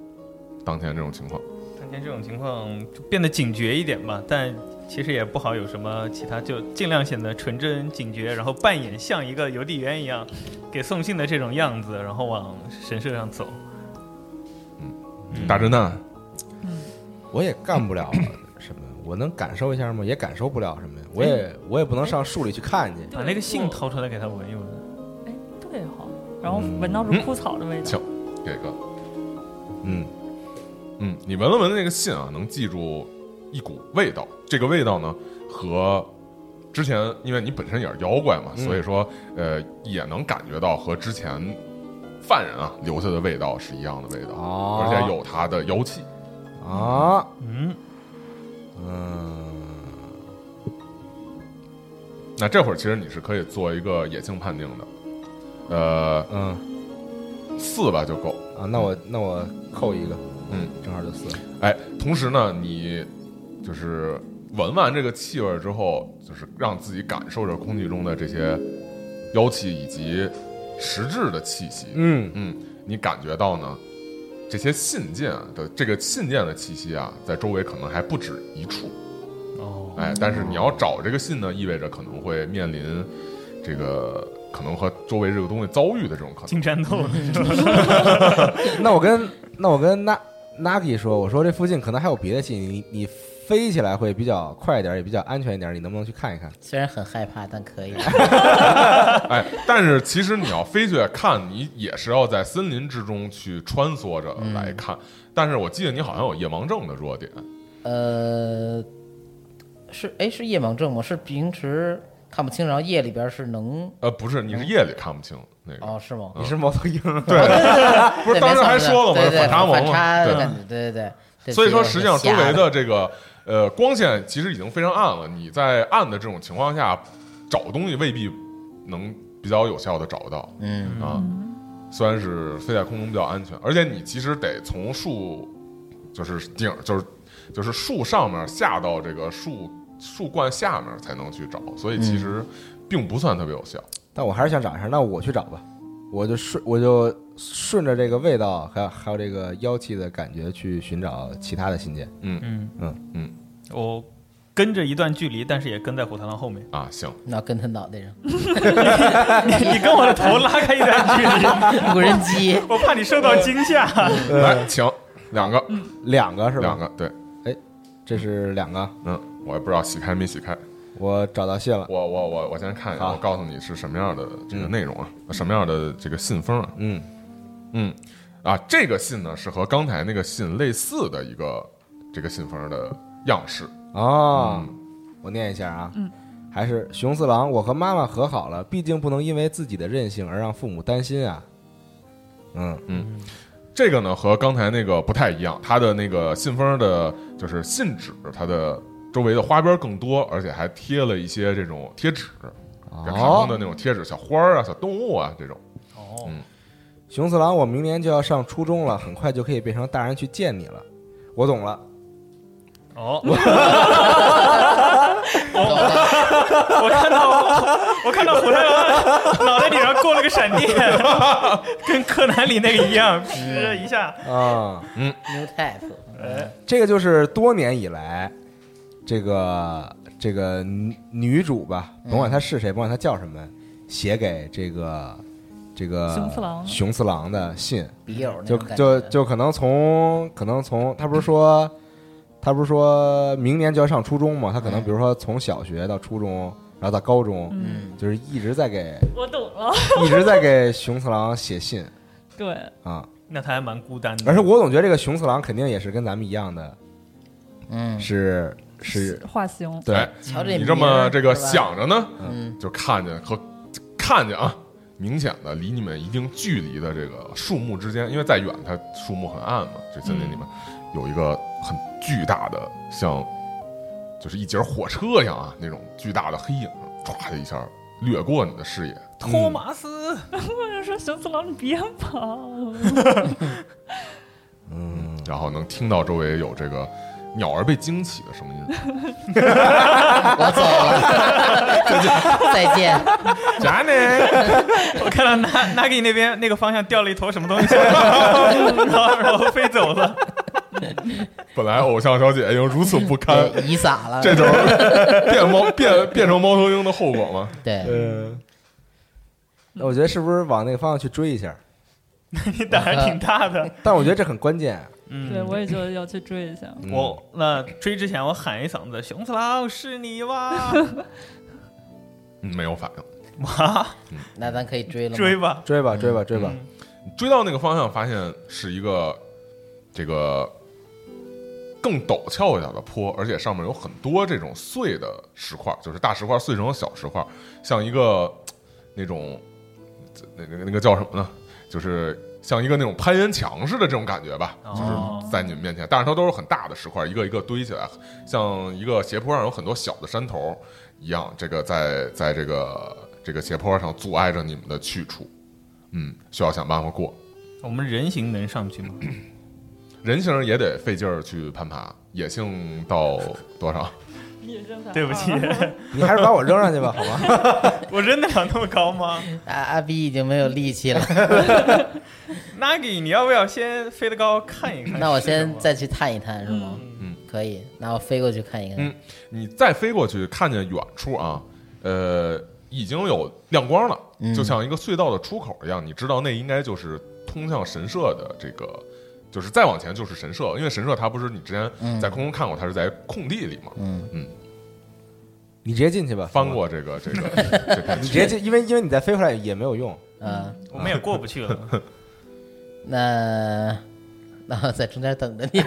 Speaker 7: 当前这种情况，
Speaker 4: 当前这种情况就变得警觉一点吧，但其实也不好有什么其他，就尽量显得纯真警觉，然后扮演像一个邮递员一样给送信的这种样子，然后往神社上走。
Speaker 7: 大侦探，
Speaker 3: 我也干不了什么，我能感受一下吗？也感受不了什么呀，我
Speaker 5: 哎
Speaker 3: 也我也不能上树里去看去。
Speaker 4: 把那个信
Speaker 6: 我
Speaker 4: 掏出来给他闻一闻，
Speaker 6: 哎，对哈、然后闻到是枯草的味
Speaker 7: 行
Speaker 6: 道，
Speaker 7: 给个
Speaker 3: 嗯，
Speaker 7: 嗯，你闻了闻那个信啊，能记住一股味道。这个味道呢，和之前，因为你本身也是妖怪嘛，
Speaker 3: 嗯
Speaker 7: 所以说呃也能感觉到和之前犯人啊留下的味道是一样的味道，
Speaker 3: 哦
Speaker 7: 而且有它的妖气。
Speaker 3: 啊，
Speaker 4: 嗯，
Speaker 3: 嗯，
Speaker 7: 那这会儿其实你是可以做一个野性判定的，呃，
Speaker 3: 嗯
Speaker 7: 四吧就够。
Speaker 3: 啊，那我那我扣一个，
Speaker 7: 嗯，
Speaker 3: 正好就四。
Speaker 7: 哎，同时呢，你就是闻完这个气味之后，就是让自己感受着空气中的这些妖气以及实质的气息。
Speaker 3: 嗯
Speaker 7: 嗯，你感觉到呢，这些信件啊的这个信件的气息啊，在周围可能还不止一处。
Speaker 4: 哦，
Speaker 7: 哎，但是你要找这个信呢，意味着可能会面临这个可能和周围这个东西遭遇的这种可 能。
Speaker 4: 金战斗 了，
Speaker 3: 那我跟那我跟那 Nagi 说，我说这附近可能还有别的信，你你飞起来会比较快一点，也比较安全一点，你能不能去看一看？
Speaker 5: 虽然很害怕，但可以。
Speaker 7: 哎，但是其实你要飞去看，你也是要在森林之中去穿梭着来看。但是我记得你好像有夜盲症的弱点，
Speaker 5: 呃，是哎是夜盲症吗？是平时看不清，然后夜里边是能
Speaker 7: 呃，不是，你是夜里看不清那个。
Speaker 5: 哦是吗？
Speaker 3: 你是猫头鹰，
Speaker 7: 嗯
Speaker 3: 啊
Speaker 7: 不
Speaker 5: 对
Speaker 7: 是当时
Speaker 5: 没错
Speaker 7: 还说了吗
Speaker 5: 对对
Speaker 7: 反差萌嘛
Speaker 5: 反差的
Speaker 7: 对
Speaker 5: 感觉，对对对对。
Speaker 7: 所以说，
Speaker 5: 这
Speaker 7: 实际上周围
Speaker 5: 瞎
Speaker 7: 的这个呃光线其实已经非常暗了。你在暗的这种情况下找东西未必能比较有效的找到
Speaker 5: 嗯
Speaker 4: 哦
Speaker 7: 啊。虽然是飞在空中比较安全，而且你其实得从树，就是顶，就是就是树上面下到这个树树冠下面才能去找，所以其实并不算特别有效。
Speaker 3: 但我还是想找一下，那我去找吧，我就顺我就顺着这个味道，还有还有这个妖气的感觉去寻找其他的信件。
Speaker 4: 嗯
Speaker 3: 嗯
Speaker 7: 嗯，
Speaker 4: 我跟着一段距离，但是也跟在火螳螂后面，
Speaker 7: 啊，行，
Speaker 5: 那跟他脑袋上
Speaker 4: 你跟我的头拉开一段距离，
Speaker 5: 无人机，
Speaker 4: 我怕你受到惊吓。
Speaker 3: 呃
Speaker 7: 来，请两个，
Speaker 3: 两个是吧？
Speaker 7: 两，个，对，
Speaker 3: 这是两个。
Speaker 7: 嗯，我也不知道洗开没洗开。
Speaker 3: 我找到信了，
Speaker 7: 我我我我先看一下，
Speaker 3: 好
Speaker 7: 我告诉你是什么样的这个
Speaker 3: 嗯
Speaker 7: 内容啊，什么样的这个信封啊，
Speaker 3: 嗯，
Speaker 7: 嗯，啊，这个信呢是和刚才那个信类似的一个这个信封的样式，
Speaker 3: 啊，我念一下啊，嗯，还是熊四郎，我和妈妈和好了，毕竟不能因为自己的任性而让父母担心啊。嗯，
Speaker 7: 这个呢和刚才那个不太一样，它的那个信封的，就是信纸，它的周围的花边更多，而且还贴了一些这种贴纸，卡通的
Speaker 3: 哦，
Speaker 7: 那种贴纸，小花儿啊、小动物啊这种。
Speaker 4: 哦
Speaker 3: 熊四郎，我明年就要上初中了，很快就可以变成大人去见你了。我懂了，
Speaker 4: 哦，
Speaker 5: 懂了
Speaker 4: 我看到我看到火太狼脑袋顶上过了个闪电，跟柯南里那个一样，噗一下。
Speaker 3: 啊、
Speaker 5: ，New Type，嗯
Speaker 3: 这个就是多年以来，这个这个女女主吧，
Speaker 5: 嗯
Speaker 3: 甭管她是谁，甭管她叫什么，写给这个这个
Speaker 6: 熊次郎
Speaker 3: 熊次郎的信，
Speaker 5: 笔友那
Speaker 3: 就
Speaker 5: 种感
Speaker 3: 就
Speaker 5: 觉
Speaker 3: 就可能从可能从他不是说他不是说明年就要上初中嘛，他可能比如说从小学到初中，然后到高中，
Speaker 5: 嗯
Speaker 3: 就是一直在给
Speaker 6: 我懂了。
Speaker 3: 一直在给熊次郎写信
Speaker 6: 对，
Speaker 3: 啊，
Speaker 4: 那他还蛮孤单的。
Speaker 3: 而且我总觉得这个熊次郎肯定也是跟咱们一样的，
Speaker 5: 嗯，
Speaker 3: 是是，
Speaker 6: 化形
Speaker 3: 对
Speaker 7: 哎，
Speaker 5: 瞧这
Speaker 7: 你这么
Speaker 5: 名儿
Speaker 7: 这个
Speaker 5: 是吧
Speaker 7: 想着呢，
Speaker 5: 嗯
Speaker 7: 就看见和看见啊，明显的离你们一定距离的这个树木之间，因为再远它树木很暗嘛，这森林里面有一个很巨大的像就是一节火车一样啊那种巨大的黑影，唰的一下掠过你的视野，
Speaker 4: 托马斯，
Speaker 6: 或者说熊次郎，你别啊跑，
Speaker 5: 嗯
Speaker 7: 然后能听到周围有这个鸟儿被惊起的声 音。
Speaker 5: 我走了，再见。
Speaker 7: 贾尼，
Speaker 4: 我看到那那给你那边那个方向掉了一坨什么东 西，然后然后飞走 了。
Speaker 7: 本来偶像小姐已经如此不堪，
Speaker 5: 对，遗撒了。
Speaker 7: 这就是变猫变变成猫头鹰的后果吗？
Speaker 5: 对，
Speaker 3: 嗯，
Speaker 5: 嗯
Speaker 3: 那我觉得是不是往那个方向去追一下？
Speaker 4: 你胆还挺大的。
Speaker 3: 但我觉得这很关键，啊
Speaker 4: 嗯，
Speaker 6: 对我也就要去追一下。
Speaker 3: 嗯
Speaker 4: 我那追之前我喊一嗓子“熊次郎，是你吗
Speaker 7: 嗯没有反应。”，
Speaker 4: 哇，
Speaker 5: 那咱可以追 了吗。
Speaker 4: 追吧，
Speaker 3: 追吧，追吧，追吧，
Speaker 7: 嗯追到那个方向，发现是一个这个更陡峭一点的坡，而且上面有很多这种碎的石块，就是大石块碎成小石块，像一个那种那那那个叫什么呢？就是像一个那种攀岩墙似的这种感觉吧，
Speaker 4: 哦
Speaker 7: 就是在你们面前，但是它都是很大的石块，一个一个堆起来，像一个斜坡上有很多小的山头一样，这个在在这个这个斜坡上阻碍着你们的去处，嗯，需要想办法过。
Speaker 4: 我们人形能上去吗？
Speaker 7: 人形儿也得费劲儿去攀爬，野性到多少？
Speaker 6: 你也正常啊
Speaker 4: 对不起，
Speaker 7: 嗯
Speaker 3: 你还是把我扔上去吧，好吗？
Speaker 4: 我扔得了那么高吗？
Speaker 5: 阿阿 B 已经没有力气了，
Speaker 4: 那给你要不要先飞得高看一看？
Speaker 5: 嗯那我
Speaker 4: 是什
Speaker 5: 先
Speaker 4: 么
Speaker 5: 再去探一探，是吗？嗯，可以。那我飞过去看一看。
Speaker 7: 嗯你再飞过去，看见远处啊，呃，已经有亮光了，
Speaker 3: 嗯
Speaker 7: 就像一个隧道的出口一样。你知道那应该就是通向神社的这个，就是再往前就是神社，因为神社它不是你之前在空中看过，它是在空地里嘛。
Speaker 5: 嗯
Speaker 7: 嗯，
Speaker 3: 你直接进去吧，
Speaker 7: 翻过这个这个这片
Speaker 3: 你直
Speaker 7: 区
Speaker 3: 接进，因为因为你再飞回来也没有用，
Speaker 5: 啊，
Speaker 4: 我们也过不去 了。
Speaker 5: 那那我在中间 等着你。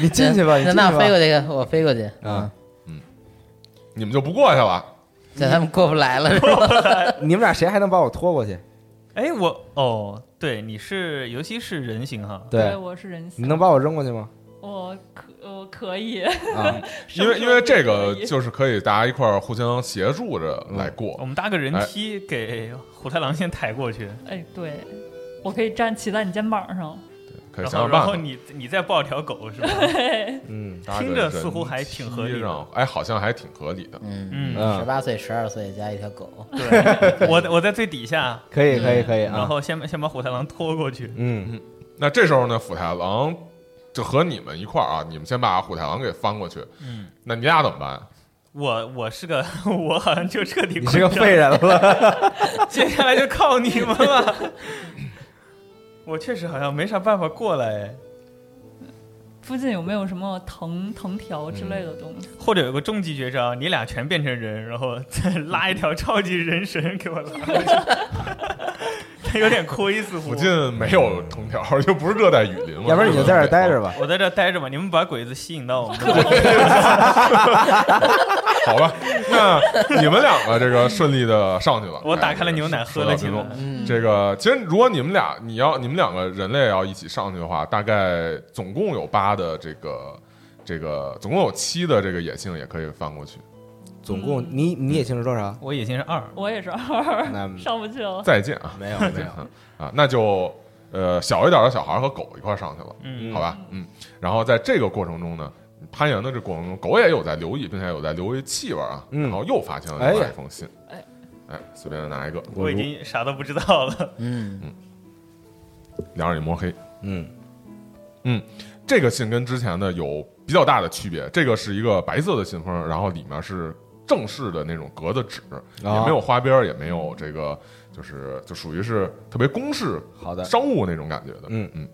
Speaker 3: 你进去吧，你
Speaker 5: 那
Speaker 3: 进去
Speaker 5: 那我飞
Speaker 3: 吧
Speaker 5: 过。去，我飞过去。
Speaker 3: 啊，
Speaker 7: 你们就不过去了。
Speaker 5: 这他们过不来了是吧？嗯
Speaker 3: 你们俩谁还能把我拖过去？
Speaker 4: 哎，我哦，对，你是尤其是人形哈，
Speaker 6: 对，，我是人
Speaker 3: 你
Speaker 6: 形，
Speaker 3: 能把我扔过去吗？
Speaker 6: 我可我可以，
Speaker 3: 啊，
Speaker 6: 什
Speaker 7: 因
Speaker 6: 么
Speaker 7: 为因为这个
Speaker 6: 时候都可以
Speaker 7: 就是可以大家一块儿互相协助着来过，
Speaker 4: 我们搭个人梯
Speaker 3: 哎
Speaker 4: 给虎太郎先抬过去，
Speaker 6: 哎，对，我可以站骑在你肩膀上，
Speaker 7: 可以
Speaker 4: 然
Speaker 7: 想
Speaker 4: 后然
Speaker 7: 想办法
Speaker 4: 后。你你再抱条狗 是吧？
Speaker 3: 嗯，
Speaker 7: 搭个
Speaker 4: 听着似乎还挺合理的
Speaker 7: 人梯上哎，好像还挺合理的。
Speaker 5: 嗯，
Speaker 4: 嗯，
Speaker 3: 嗯
Speaker 5: 十八岁、十二岁加一条狗，
Speaker 4: 对，我我在最底下，
Speaker 3: 可以，可以，可以
Speaker 4: 然
Speaker 7: 嗯
Speaker 3: 啊，
Speaker 4: 后先先把虎太郎拖过去。
Speaker 3: 嗯，
Speaker 7: 那这时候呢，虎太郎就和你们一块儿啊，你们先把虎太郎给翻过去。
Speaker 4: 嗯，
Speaker 7: 那你俩怎么办？
Speaker 4: 我我是个 我好像就彻底
Speaker 3: 你是个废人 了，
Speaker 4: 接下来就靠你们了。 我确实好像没啥办法过来，哎
Speaker 6: 附近有没有什么藤藤条之类的东西？
Speaker 4: 或者有个终极绝招，你俩全变成人，然后再拉一条超级人绳给我拉过去。他有点亏，似乎
Speaker 7: 附。近没有藤 条，又不是热带雨林嘛，
Speaker 3: 要不然你就在这儿待着
Speaker 7: 吧。
Speaker 3: 吧。
Speaker 4: 我在这儿待着吧，你们把鬼子吸引 到我们这儿。
Speaker 7: 好吧，那你们两个这个顺利的上去了。
Speaker 4: 我打开了牛奶
Speaker 7: 哎
Speaker 4: 喝了起
Speaker 7: 说
Speaker 4: 来
Speaker 7: 到这种。这个其实如果你们俩你要你们两个人类要一起上去的话，大概总共有八的这个这个总共有七的这个野性也可以翻过去。嗯
Speaker 3: 总共你你也清楚多少？
Speaker 4: 我野心是二，
Speaker 6: 我也是二，
Speaker 3: 那
Speaker 6: 上不去了。
Speaker 7: 再见啊，
Speaker 3: 没有
Speaker 7: 再
Speaker 3: 没
Speaker 7: 见
Speaker 3: 有，
Speaker 7: 啊啊，那就呃小一点的小孩和狗一块儿上去了，
Speaker 4: 嗯
Speaker 7: 好吧，嗯，然后在这个过程中呢，攀岩的这过程中，狗也有在留意，并且有在留意气味啊，
Speaker 3: 嗯
Speaker 7: 然后又发现了另外一封信，
Speaker 6: 哎
Speaker 7: 哎，随便拿一个，
Speaker 4: 我已经啥都不知道了。
Speaker 7: 两眼一摸黑，
Speaker 3: 嗯
Speaker 7: 这个信跟之前的有比较大的区别，这个是一个白色的信封，然后里面是正式的那种格子纸，
Speaker 3: 啊
Speaker 7: 也没
Speaker 3: 哦
Speaker 7: 有花边儿，也没有这个，就是就属于是特别公式
Speaker 3: 好的。
Speaker 7: 商务那种感觉的，
Speaker 3: 嗯
Speaker 7: 嗯，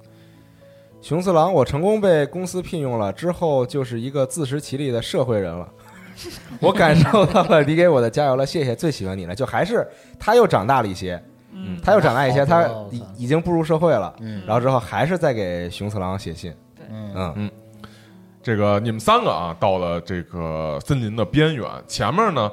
Speaker 3: 熊次郎，我成功被公司聘用了，之后就是一个自食其力的社会人了。 我感受到了你给我的加油了，谢谢，最喜欢你了。就还是他又长大了一些，
Speaker 6: 嗯，
Speaker 3: 他又长大一些，
Speaker 5: 好多
Speaker 3: 他
Speaker 5: 了我
Speaker 3: 已
Speaker 5: 操
Speaker 3: 已经步入社会了。
Speaker 5: 嗯
Speaker 3: 然后之后还是在给熊次郎写信。
Speaker 5: 嗯
Speaker 3: 嗯
Speaker 7: 这个你们三个啊，到了这个森林的边缘，前面呢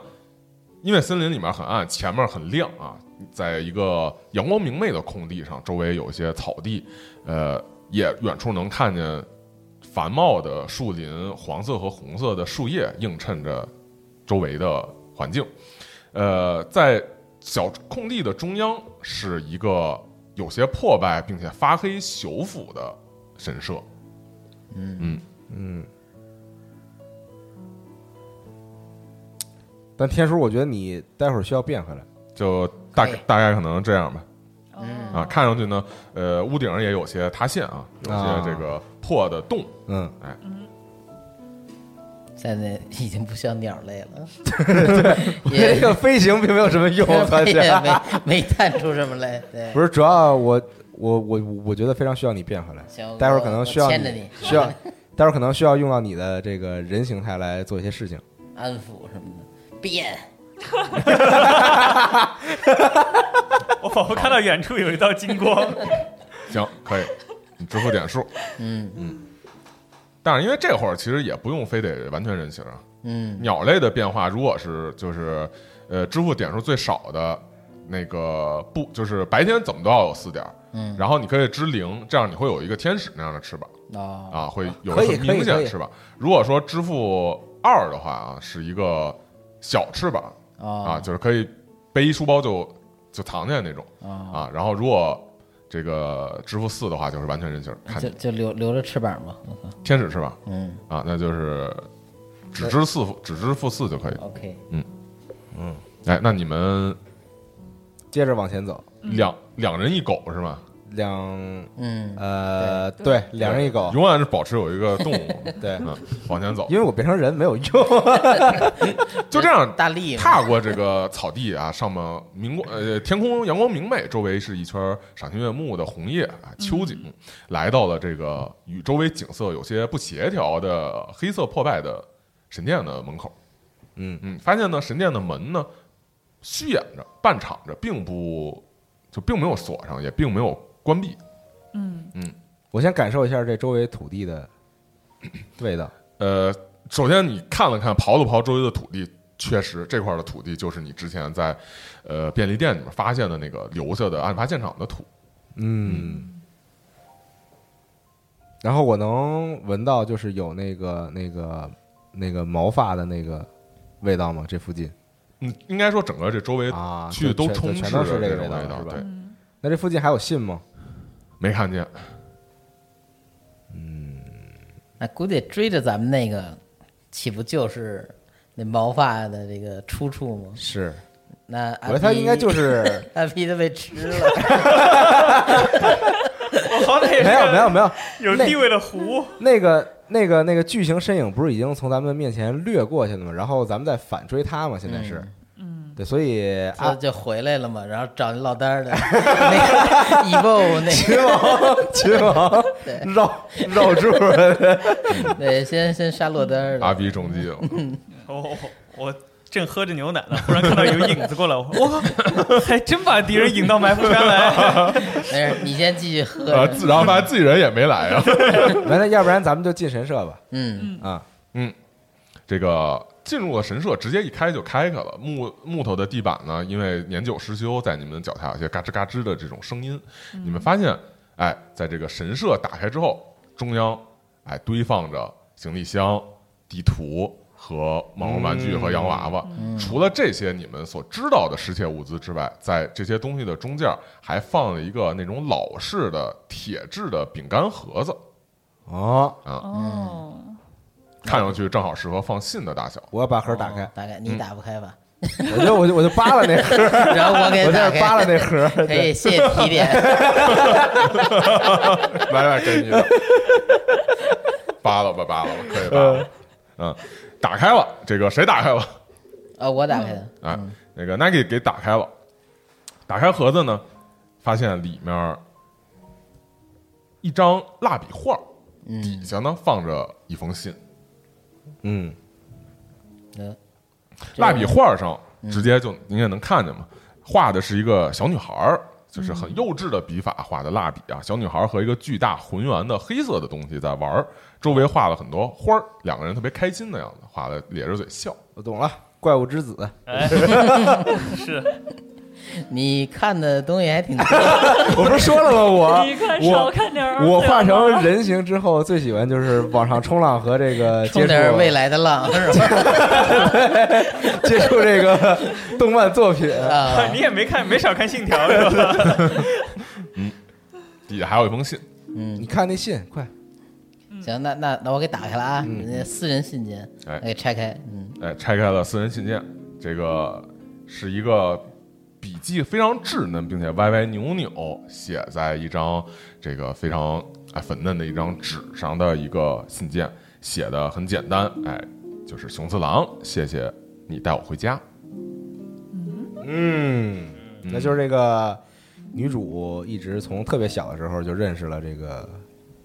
Speaker 7: 因为森林里面很暗，前面很亮啊，在一个阳光明媚的空地上，周围有一些草地，呃，也远处能看见繁茂的树林，黄色和红色的树叶映衬着周围的环境。呃，在小空地的中央是一个有些破败并且发黑朽腐的神社。
Speaker 3: 嗯。但天叔，我觉得你待会儿需要变回来。
Speaker 7: 就大
Speaker 5: 可以
Speaker 7: 大概可能这样吧。
Speaker 6: 嗯
Speaker 7: 啊，看上去呢，呃，屋顶上也有些塌陷啊，有
Speaker 3: 啊
Speaker 7: 些这个破的洞。
Speaker 3: 嗯，
Speaker 5: 现在已经不像鸟类 了，
Speaker 3: 那
Speaker 5: 也
Speaker 3: 个飞行并没有什么 用，我发
Speaker 5: 也
Speaker 3: 现。
Speaker 5: 没没探出什么来。对，
Speaker 3: 不是，主要我我我我觉得非常需要你变回来。
Speaker 5: 行，
Speaker 3: 待会儿
Speaker 5: 我
Speaker 3: 可能需要
Speaker 5: 我牵着你
Speaker 3: 需要，待会儿可能需要用到你的这个人形态来做一些事情。
Speaker 5: 安抚什么的，变。
Speaker 4: 我仿佛看到远处有一道金 光，
Speaker 7: 行，可以，你支付点数。
Speaker 5: 嗯
Speaker 7: 但是因为这会儿其实也不用非得完全人形啊，
Speaker 5: 嗯
Speaker 7: 鸟类的变化如果是就是呃支付点数最少的那个不就是白天怎么都要有四点儿，
Speaker 5: 嗯，
Speaker 7: 然后你可以支零，这样你会有一个天使那样的翅膀。
Speaker 5: 哦，
Speaker 7: 啊，会有
Speaker 3: 可以
Speaker 7: 很
Speaker 3: 可以
Speaker 7: 明显
Speaker 3: 可
Speaker 7: 的
Speaker 3: 以
Speaker 7: 翅膀。如果说支付二的话啊，是一个小翅膀
Speaker 5: 哦
Speaker 7: 啊，就是可以背一书包就就藏起来那种
Speaker 5: 哦，
Speaker 7: 啊。然后如果这个支付四的话，就是完全人形儿，看
Speaker 5: 就就留留着翅膀吧。我靠，
Speaker 7: 天使翅膀
Speaker 5: 嗯
Speaker 7: 啊，那就是只支四付只支付四就可以。
Speaker 5: ，OK，
Speaker 7: 哎，那你们
Speaker 3: 接着往前走，
Speaker 7: 两两人一狗是吗？
Speaker 3: 两
Speaker 5: 嗯，
Speaker 3: 呃，
Speaker 6: 对
Speaker 3: 对，两人一狗，
Speaker 7: 永远是保持有一个动物
Speaker 3: 对，
Speaker 7: 嗯往前走，
Speaker 3: 因为我变成人没有用，
Speaker 7: 就这样
Speaker 5: 大力嘛
Speaker 7: 踏过这个草地啊，上面明光呃天空阳光明媚，周围是一圈赏心悦目的红叶啊秋景，来到了这个与周围景色有些不协调的黑色破败的神殿的门口。
Speaker 3: 嗯
Speaker 7: 嗯，发现呢神殿的门呢虚掩着、半敞着，并不就并没有锁上，也并没有关闭。
Speaker 6: 嗯
Speaker 3: 我先感受一下这周围土地的 味道。
Speaker 7: 呃，首先你看了看，刨了刨周围的土地，确实这块的土地就是你之前在呃便利店里面发现的那个留下的案发现场的土。
Speaker 3: 嗯，然后我能闻到就是有那个那个那个毛发的那个味道吗？这附近
Speaker 7: 嗯，应该说整个这周围
Speaker 3: 啊，
Speaker 7: 区域
Speaker 3: 就
Speaker 7: 都
Speaker 3: 全
Speaker 7: 充
Speaker 3: 就
Speaker 7: 斥
Speaker 3: 全
Speaker 7: 着
Speaker 3: 都是这个
Speaker 7: 种
Speaker 3: 道
Speaker 7: 味
Speaker 3: 是吧
Speaker 7: 对？，
Speaker 6: 嗯
Speaker 3: 那这附近还有信吗？
Speaker 7: 没看见。
Speaker 5: 那估计追着咱们那个，岂不就是那毛发的这个出处吗？
Speaker 3: 是，
Speaker 5: 那
Speaker 3: 我
Speaker 5: 阿
Speaker 3: 觉得他
Speaker 5: 皮
Speaker 3: 应该就是。
Speaker 5: 阿皮都被吃了，
Speaker 4: 我好歹也是
Speaker 3: 没有没有没有，
Speaker 4: 有地位的湖，
Speaker 3: 那个那个那个巨型身影不是已经从咱们面前掠过去了吗？然后咱们再反追他嘛，现在是、
Speaker 6: 嗯，
Speaker 3: 对，所以
Speaker 5: 他
Speaker 3: 啊，
Speaker 5: 就回来了嘛。然后找那落单 儿的那个 Evo 那
Speaker 3: 秦王 秦王绕绕住了，
Speaker 5: 个，对，先先杀落单儿
Speaker 7: 阿
Speaker 3: 啊
Speaker 5: 的，
Speaker 7: 比中计了，
Speaker 4: 哦，我正喝着牛奶呢，忽然看到有影子过来，我哇，还真把敌人引到埋伏圈来。
Speaker 5: 没事，你先继续喝
Speaker 3: 啊
Speaker 7: 呃，
Speaker 5: 着。
Speaker 7: 自然后发现自己人也没来啊。
Speaker 3: 完了，要不然咱们就进神社吧
Speaker 5: 嗯
Speaker 3: 啊！
Speaker 7: 这个进入了神社，直接一开就开开了。木木头的地板呢，因为年久失修，在你们脚下有些嘎吱嘎吱的这种声音。你们发现，哎，在这个神社打开之后，中央哎堆放着行李箱、地图和毛绒玩具和洋娃娃。除了这些你们所知道的失窃物资之外，在这些东西的中间还放了一个那种老式的铁质的饼干盒子，
Speaker 3: 哦，
Speaker 6: 哦，
Speaker 7: 看上去正好适合放信的大小。
Speaker 3: 我要把盒打开
Speaker 5: 哦，大概你打不开吧？
Speaker 3: 我就我就我就扒拉那盒，
Speaker 5: 然后我 给
Speaker 3: 我在
Speaker 5: 打
Speaker 3: 这扒
Speaker 5: 开，
Speaker 3: 拉那盒，
Speaker 5: 可以，谢谢提点。
Speaker 7: 来来，给你的，扒拉吧，扒拉吧，可以扒拉。嗯，打开了，这个谁打开了？
Speaker 5: 啊，我打开的，
Speaker 7: 哎，那个 Nike 给打开了。打开盒子呢，发现里面一张蜡笔画，
Speaker 5: 嗯
Speaker 7: 底下呢放着一封信。
Speaker 3: 嗯，
Speaker 5: 嗯，这
Speaker 7: 蜡笔画上直接就你也能看见嘛，画的是一个小女孩儿，就是很幼稚的笔法画的蜡笔啊，小女孩儿和一个巨大浑圆的黑色的东西在玩儿，周围画了很多花儿，两个人特别开心的样子，画的咧着嘴笑。
Speaker 3: 我懂了，怪物之 子》，
Speaker 4: 哎，是
Speaker 5: 你看的东西还挺多，
Speaker 3: 我不是说了吗？我
Speaker 6: 你快少
Speaker 3: 嗯我
Speaker 6: 看点儿。。
Speaker 3: 我化成人形之后，最喜欢就是网上冲浪和这个接
Speaker 5: 冲
Speaker 3: 触
Speaker 5: 点儿未来的浪是吧？
Speaker 3: 接触这个动漫作品。
Speaker 5: 啊
Speaker 4: 你，也没看，没少看《信 条》是吧？
Speaker 7: 底下还有一封信，
Speaker 5: 嗯
Speaker 3: 你，看那信，快
Speaker 5: 行，那那那我给打开了啊，
Speaker 3: 嗯
Speaker 5: 人家私人信件，
Speaker 7: 哎
Speaker 5: 我给拆开，嗯，
Speaker 7: 哎，拆开了私人信件，这个是一个笔记非常稚嫩并且歪歪扭扭写在一张这个非常哎粉嫩的一张纸上的一个信件，写的很简单，哎，就是熊次郎，谢谢你带我回家，
Speaker 3: 嗯，那就是这个女主一直从特别小的时候就认识了这个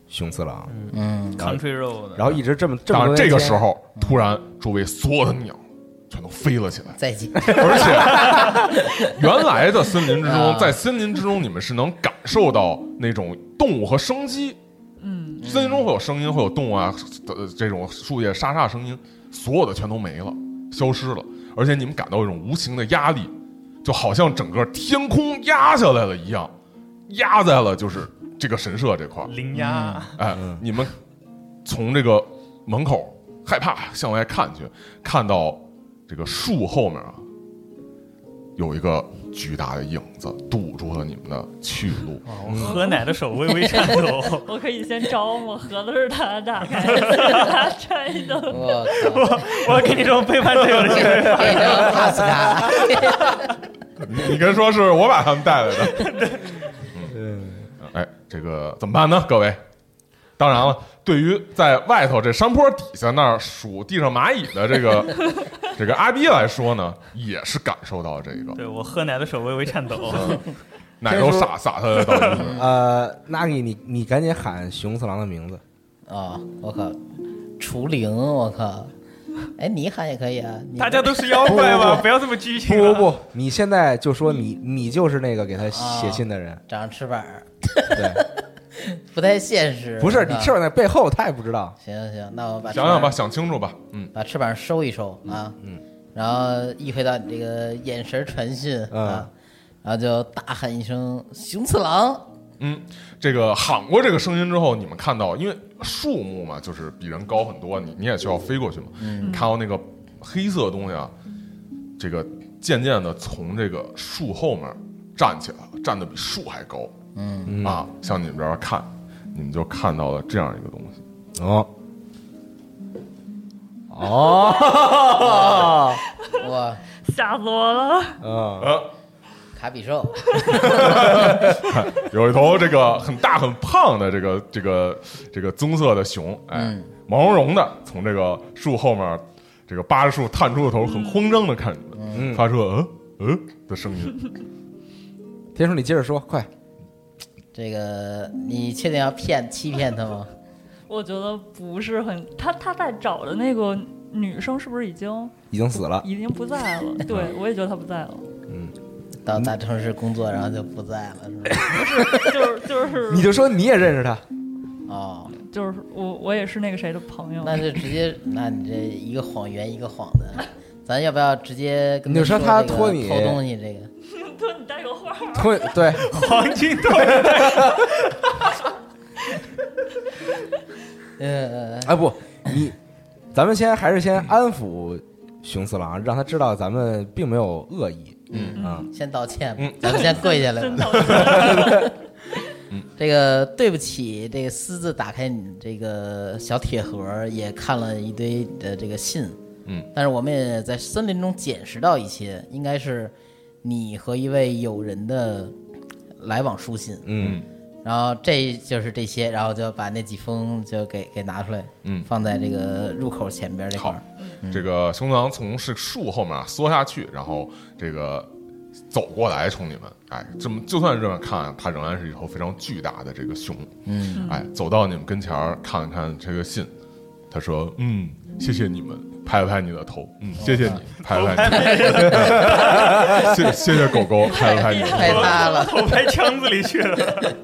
Speaker 3: 熊次郎，
Speaker 5: 嗯
Speaker 4: ，Country Road 的，
Speaker 3: 然后一直这么这么
Speaker 7: 当
Speaker 3: 多年
Speaker 7: 然
Speaker 3: 嗯
Speaker 7: 这个
Speaker 3: 间
Speaker 7: 时候突然周围所有的鸟全都飞了起来。
Speaker 5: 再见，
Speaker 7: 而且原来的森林之中
Speaker 5: 啊，
Speaker 7: 在森林之中，你们是能感受到那种动物和生机。嗯，森林中会有声音，会有动物啊，呃，这种树叶沙沙声音，所有的全都没了，消失了。而且你们感到一种无形的压力，就好像整个天空压下来了一样，压在了就是这个神社这块儿。
Speaker 4: 铃芽，
Speaker 7: 哎，你们从这个门口害怕向外看去，看到这个树后面啊，有一个巨大的影子堵住了你们的去路。
Speaker 4: 嗯喝奶的手微微颤抖
Speaker 6: 我可以先找我合的是他打开，他拆的。
Speaker 5: 我靠，
Speaker 4: 我跟你说，背叛队友的事，
Speaker 5: 这叫帕斯卡，
Speaker 7: 你你跟说是我把他们带来的，
Speaker 3: 嗯
Speaker 7: 哎，这个怎么办呢？各位，当然了，对于在外头这山坡底下那儿数地上蚂蚁的这个 这个阿逼来说呢，也是感受到这个
Speaker 4: 对我喝奶的手微微颤抖。
Speaker 7: 奶油洒洒的到地上。
Speaker 3: 呃，那给你你赶紧喊熊次郎的名字，
Speaker 5: 啊，我靠，除灵，我靠，哎，你喊也可以啊，你
Speaker 4: 大家都是妖怪
Speaker 3: 不不
Speaker 4: 吧？
Speaker 3: 不
Speaker 4: 不要这么拘谨。啊
Speaker 3: 不不，不，你现在就说你你就是那个给他写信的人，
Speaker 5: 长着翅膀儿，
Speaker 3: 对，
Speaker 5: 不太现实，
Speaker 3: 不是
Speaker 5: 我
Speaker 3: 你
Speaker 5: 靠
Speaker 3: 翅膀在背后，他也不知道，
Speaker 5: 行行，那我把
Speaker 7: 想
Speaker 5: 翅
Speaker 7: 想
Speaker 5: 膀
Speaker 7: 吧，想清楚吧。嗯，
Speaker 5: 把翅膀收一收啊，嗯，然后意会到你这个眼神传讯
Speaker 3: 嗯
Speaker 5: 啊，然后就大喊一声“熊次郎
Speaker 7: 嗯，这个喊过这个声音之后，你们看到，因为树木嘛，就是比人高很多，你你也需要飞过去嘛。你看到那个黑色的东西啊，这个渐渐的从这个树后面站起来了，站得比树还高。嗯啊，向你们这边看，你们就看到了这样一个东西。
Speaker 3: 哦。哦，”，
Speaker 5: 哇，
Speaker 6: 吓死我了！
Speaker 3: 嗯，
Speaker 7: 呃，
Speaker 5: 卡比兽，
Speaker 7: 有一头这个很大很胖的这个这个这个棕色的熊，哎，
Speaker 5: 嗯
Speaker 7: 毛茸茸的从这个树后面这个扒着树探出了头，很慌张的看你们，
Speaker 3: 嗯
Speaker 7: 发出了嗯嗯的声音。
Speaker 3: 天叔，你接着说，快，
Speaker 5: 这个你确定要骗欺骗他吗？
Speaker 6: 我觉得不是很，他他在找的那个女生是不是已经
Speaker 3: 已经死了，
Speaker 6: 已经不在 了？对，我也觉得他不在了，
Speaker 5: 到大城市工作，然后就不在了，是吧？
Speaker 6: 就是就是
Speaker 3: 你就说你也认识他，
Speaker 5: 哦，
Speaker 6: 就是我我也是那个谁的朋友，
Speaker 5: 那就直接，那你这一个谎圆一个谎的，咱要不要直接跟
Speaker 3: 你就说
Speaker 5: 说
Speaker 3: 他
Speaker 5: 这个
Speaker 3: 托你
Speaker 5: 偷东西这个？
Speaker 6: 对，你带个话，
Speaker 3: 对对，
Speaker 4: 黄金队，
Speaker 5: 呃，
Speaker 3: 哎不，你，咱们先还是先安抚熊次郎，让他知道咱们并没有恶意，嗯啊，
Speaker 5: 先道歉吧
Speaker 7: 嗯，
Speaker 5: 咱们先跪下来吧
Speaker 6: 真。的，
Speaker 5: 这个对不起，这个私自打开你这个小铁盒儿，也看了一堆的这个信，
Speaker 7: 嗯，
Speaker 5: 但是我们也在森林中捡拾到一些，应该是你和一位友人的来往书信，
Speaker 3: 嗯
Speaker 5: 然后这就是这些，然后就把那几封就给给拿出来，
Speaker 7: 嗯
Speaker 5: 放在这个入口前边这块儿，
Speaker 7: 这个熊狼从是树后面啊缩下去，然后这个走过来冲你们，哎，这么就算这么看，它仍然是一头非常巨大的这个熊，
Speaker 5: 嗯，
Speaker 7: 哎，走到你们跟前儿看了看这个信，他说，嗯，谢谢你们，拍了拍你的头，嗯，谢谢你，拍了拍你的 头，谢谢谢狗狗，拍了拍你的头，
Speaker 5: 太大了，
Speaker 4: 头拍腔子里去了。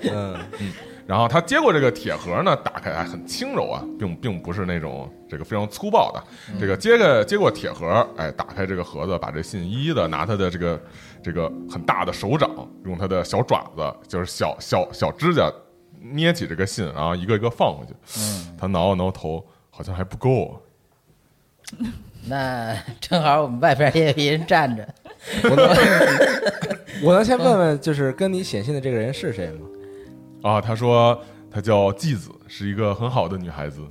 Speaker 3: 嗯，
Speaker 7: 然后他接过这个铁盒呢，打开哎很轻柔啊，并并不是那种这个非常粗暴的。这个接个接过铁盒，哎，打开这个盒子，把这信一一的拿他的这个这个很大的手掌，用他的小爪子，就是小小小指甲捏起这个信，然后一个一个放回去。他挠了挠头，好像还不够。
Speaker 5: 那正好我们外边也有一人站着，
Speaker 3: 我能我能先问问，就是跟你写信的这个人是谁吗？
Speaker 7: 啊，他说他叫纪子，是一个很好的女孩子。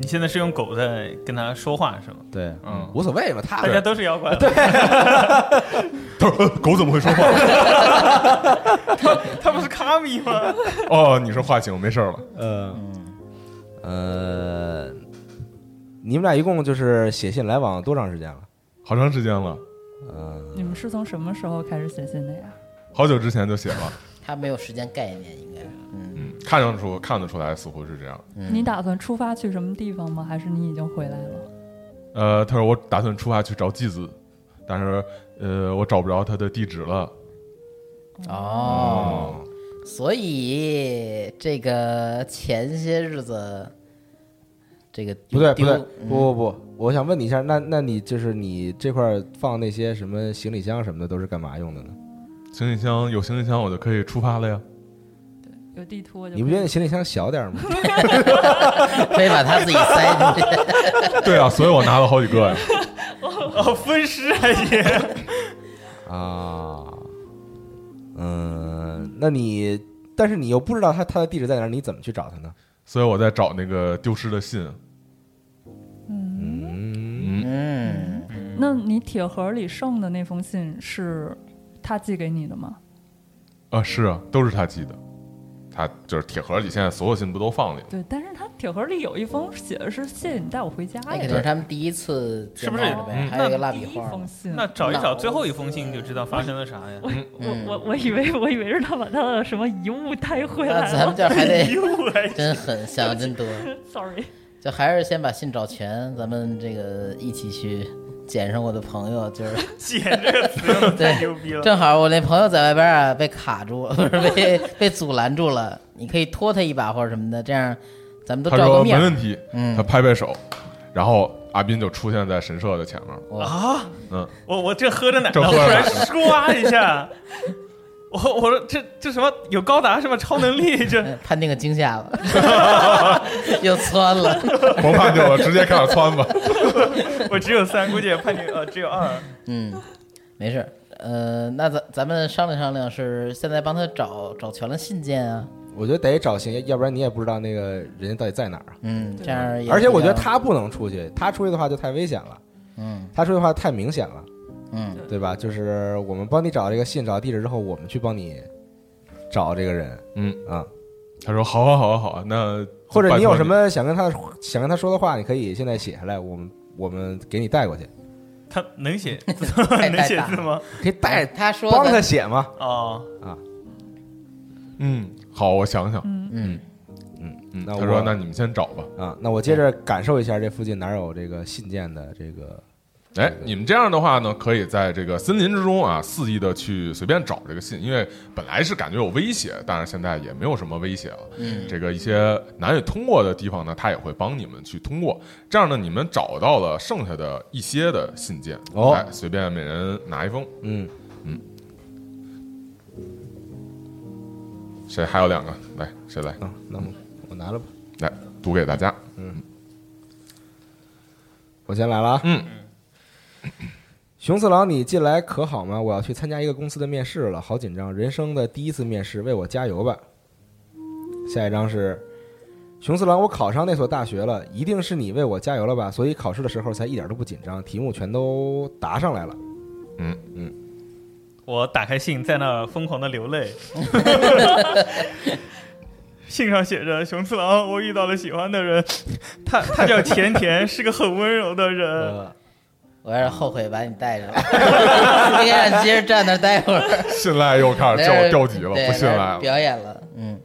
Speaker 4: 你现在是用狗在跟他说话是吗？
Speaker 3: 对，
Speaker 7: 嗯
Speaker 3: 无所谓吧，他
Speaker 4: 大家都是妖怪吧，对，
Speaker 7: 他说呃狗怎么会说话？
Speaker 4: 他不是卡米吗？
Speaker 7: 哦，你是化形，没事儿了。
Speaker 3: 呃呃，你们俩一共就是写信来往多长时间了？
Speaker 7: 好长时间了，
Speaker 6: 你们是从什么时候开始写信的呀？
Speaker 7: 好久之前就写了。
Speaker 5: 他没有时间概念，应该是。嗯，
Speaker 7: 嗯，看得出看得出来，似乎是这样。
Speaker 6: 你打算出发去什么地方吗？还是你已经回来了？
Speaker 7: 呃，他说我打算出发去找继子，但是呃，我找不着他的地址了。
Speaker 5: 哦，所以这个前些日子，这个
Speaker 3: 不对不
Speaker 5: 丢
Speaker 3: 对，
Speaker 5: 嗯
Speaker 3: 不不不，我想问你一下，那那你就是你这块儿放那些什么行李箱什么的，都是干嘛用的呢？
Speaker 7: 行李箱有行李箱，我就可以出发 了呀。
Speaker 6: 有地图我就
Speaker 3: 你不觉得你行李箱小点儿吗？
Speaker 5: 可以把他自己塞进去。
Speaker 7: 对啊，所以我拿了好几个呀。
Speaker 4: 哦，分尸啊也，
Speaker 3: 啊，嗯，那你但是你又不知道他他的地址在哪儿，你怎么去找他呢？
Speaker 7: 所以我在找那个丢失的信。
Speaker 3: 嗯，
Speaker 5: 嗯，
Speaker 6: 那你铁盒里剩的那封信是他寄给你的吗？
Speaker 7: 啊，是啊，都是他寄的。他就是铁盒里现在所有信不都放里了？
Speaker 6: 对，但是他铁盒里有一封写的是“谢谢你带我回家”
Speaker 5: 那肯定是
Speaker 6: 呀，
Speaker 5: 他们第一次
Speaker 4: 是不是
Speaker 5: 见到的呗
Speaker 7: 嗯
Speaker 5: 还有一个蜡
Speaker 6: 哎第
Speaker 5: 笔
Speaker 6: 一
Speaker 5: 画
Speaker 6: 封
Speaker 5: 呢，
Speaker 6: 信。
Speaker 4: 那找一找最后一封信就知道发生了啥呀？
Speaker 6: 我
Speaker 5: 嗯
Speaker 6: 我我以为我以为是他把他的什么遗物带 回
Speaker 5: 那
Speaker 6: 来
Speaker 5: 咱们
Speaker 6: 了。
Speaker 5: 这儿还
Speaker 4: 遗
Speaker 5: 得
Speaker 4: 物 哎，
Speaker 5: 真狠，想得真多。
Speaker 6: Sorry，
Speaker 5: 就还是先把信找全，咱们这个一起去捡上我的朋友，就是
Speaker 4: 姐这个词太牛逼了。
Speaker 5: 正好我那朋友在外边啊被卡住，不是被被阻拦住了，你可以拖他一把或者什么的，这样咱们都
Speaker 7: 他
Speaker 5: 照
Speaker 7: 说
Speaker 5: 个面
Speaker 7: 没
Speaker 5: 儿。
Speaker 7: 问题，
Speaker 5: 嗯
Speaker 7: 他拍拍手，然后阿斌就出现在神社的前面了。
Speaker 4: 啊，
Speaker 7: 嗯，
Speaker 4: 我我这喝着奶呢，
Speaker 7: 正喝
Speaker 4: 我
Speaker 7: 着
Speaker 4: 突
Speaker 7: 呢
Speaker 4: 然唰一下，我我说这这什么有高达什么超能力这。
Speaker 5: 嗯判定个惊吓了， 又窜了，
Speaker 7: 我怕就直接开始窜吧。
Speaker 4: 我只有三，估计也判定呃只有二。
Speaker 5: 嗯，没事儿。呃，那咱咱们商量商量，是现在帮他找找全了信件啊，
Speaker 3: 我觉得得找行，要不然你也不知道那个人家到底在哪儿啊。
Speaker 5: 嗯，这样也
Speaker 3: 而且我觉得
Speaker 5: 比较，
Speaker 3: 他不能出去，他出去的话就太危险了，
Speaker 5: 嗯
Speaker 3: 他出去的话太明显了，
Speaker 5: 嗯，
Speaker 3: 对吧？就是我们帮你找这个信，找地址之后，我们去帮你找这个人
Speaker 7: 嗯，
Speaker 3: 啊。
Speaker 7: 他说好啊好啊好啊，那
Speaker 3: 或者你有什
Speaker 7: 拜托
Speaker 3: 么想跟他想跟他说的话，你可以现在写下来，我们我们给你带过
Speaker 7: 嗯
Speaker 3: 去，
Speaker 4: 他能写字
Speaker 5: 太
Speaker 4: 能写
Speaker 5: 大哎
Speaker 4: 字吗？
Speaker 3: 可以带
Speaker 5: 他说
Speaker 3: 帮
Speaker 5: 咱
Speaker 3: 他写嘛。
Speaker 4: 哦，
Speaker 7: 你嗯好，我想想。
Speaker 5: 嗯，
Speaker 7: 嗯，
Speaker 3: 那
Speaker 7: 他
Speaker 3: 我
Speaker 7: 说那你们先找吧。
Speaker 3: 啊，那我接着感受一下这附近哪有这个信件的这个
Speaker 7: 哎，你们这样的话呢，可以在这个森林之中啊，肆意的去随便找这个信，因为本来是感觉有威胁，但是现在也没有什么威胁了。
Speaker 5: 嗯
Speaker 7: 这个一些难以通过的地方呢，他也会帮你们去通过。这样呢，你们找到了剩下的一些的信件，
Speaker 3: 哦
Speaker 7: 哎，随便每人拿一封。
Speaker 3: 嗯
Speaker 7: 谁还有两个？来，谁来？
Speaker 3: 啊，那么我拿了吧，
Speaker 7: 来读给大家。
Speaker 3: 我先来了啊。
Speaker 7: 嗯。
Speaker 3: 熊次郎，你近来可好吗？我要去参加一个公司的面试了，好紧张，人生的第一次面试，为我加油吧。下一张是熊次郎，我考上那所大学了，一定是你为我加油了吧？所以考试的时候才一点都不紧张，题目全都答上来了。
Speaker 4: 我打开信，在那儿疯狂的流 泪。信上写着：“熊次郎，我遇到了喜欢的人，他他叫甜甜，是个很温柔的人。
Speaker 5: 我要是后悔把你带上，应该让你接着站那儿待会儿。
Speaker 7: 信赖又开始
Speaker 5: 来
Speaker 7: 掉掉级了，
Speaker 5: 对
Speaker 7: 不信
Speaker 5: 来
Speaker 7: 赖了。
Speaker 5: 表演了。嗯，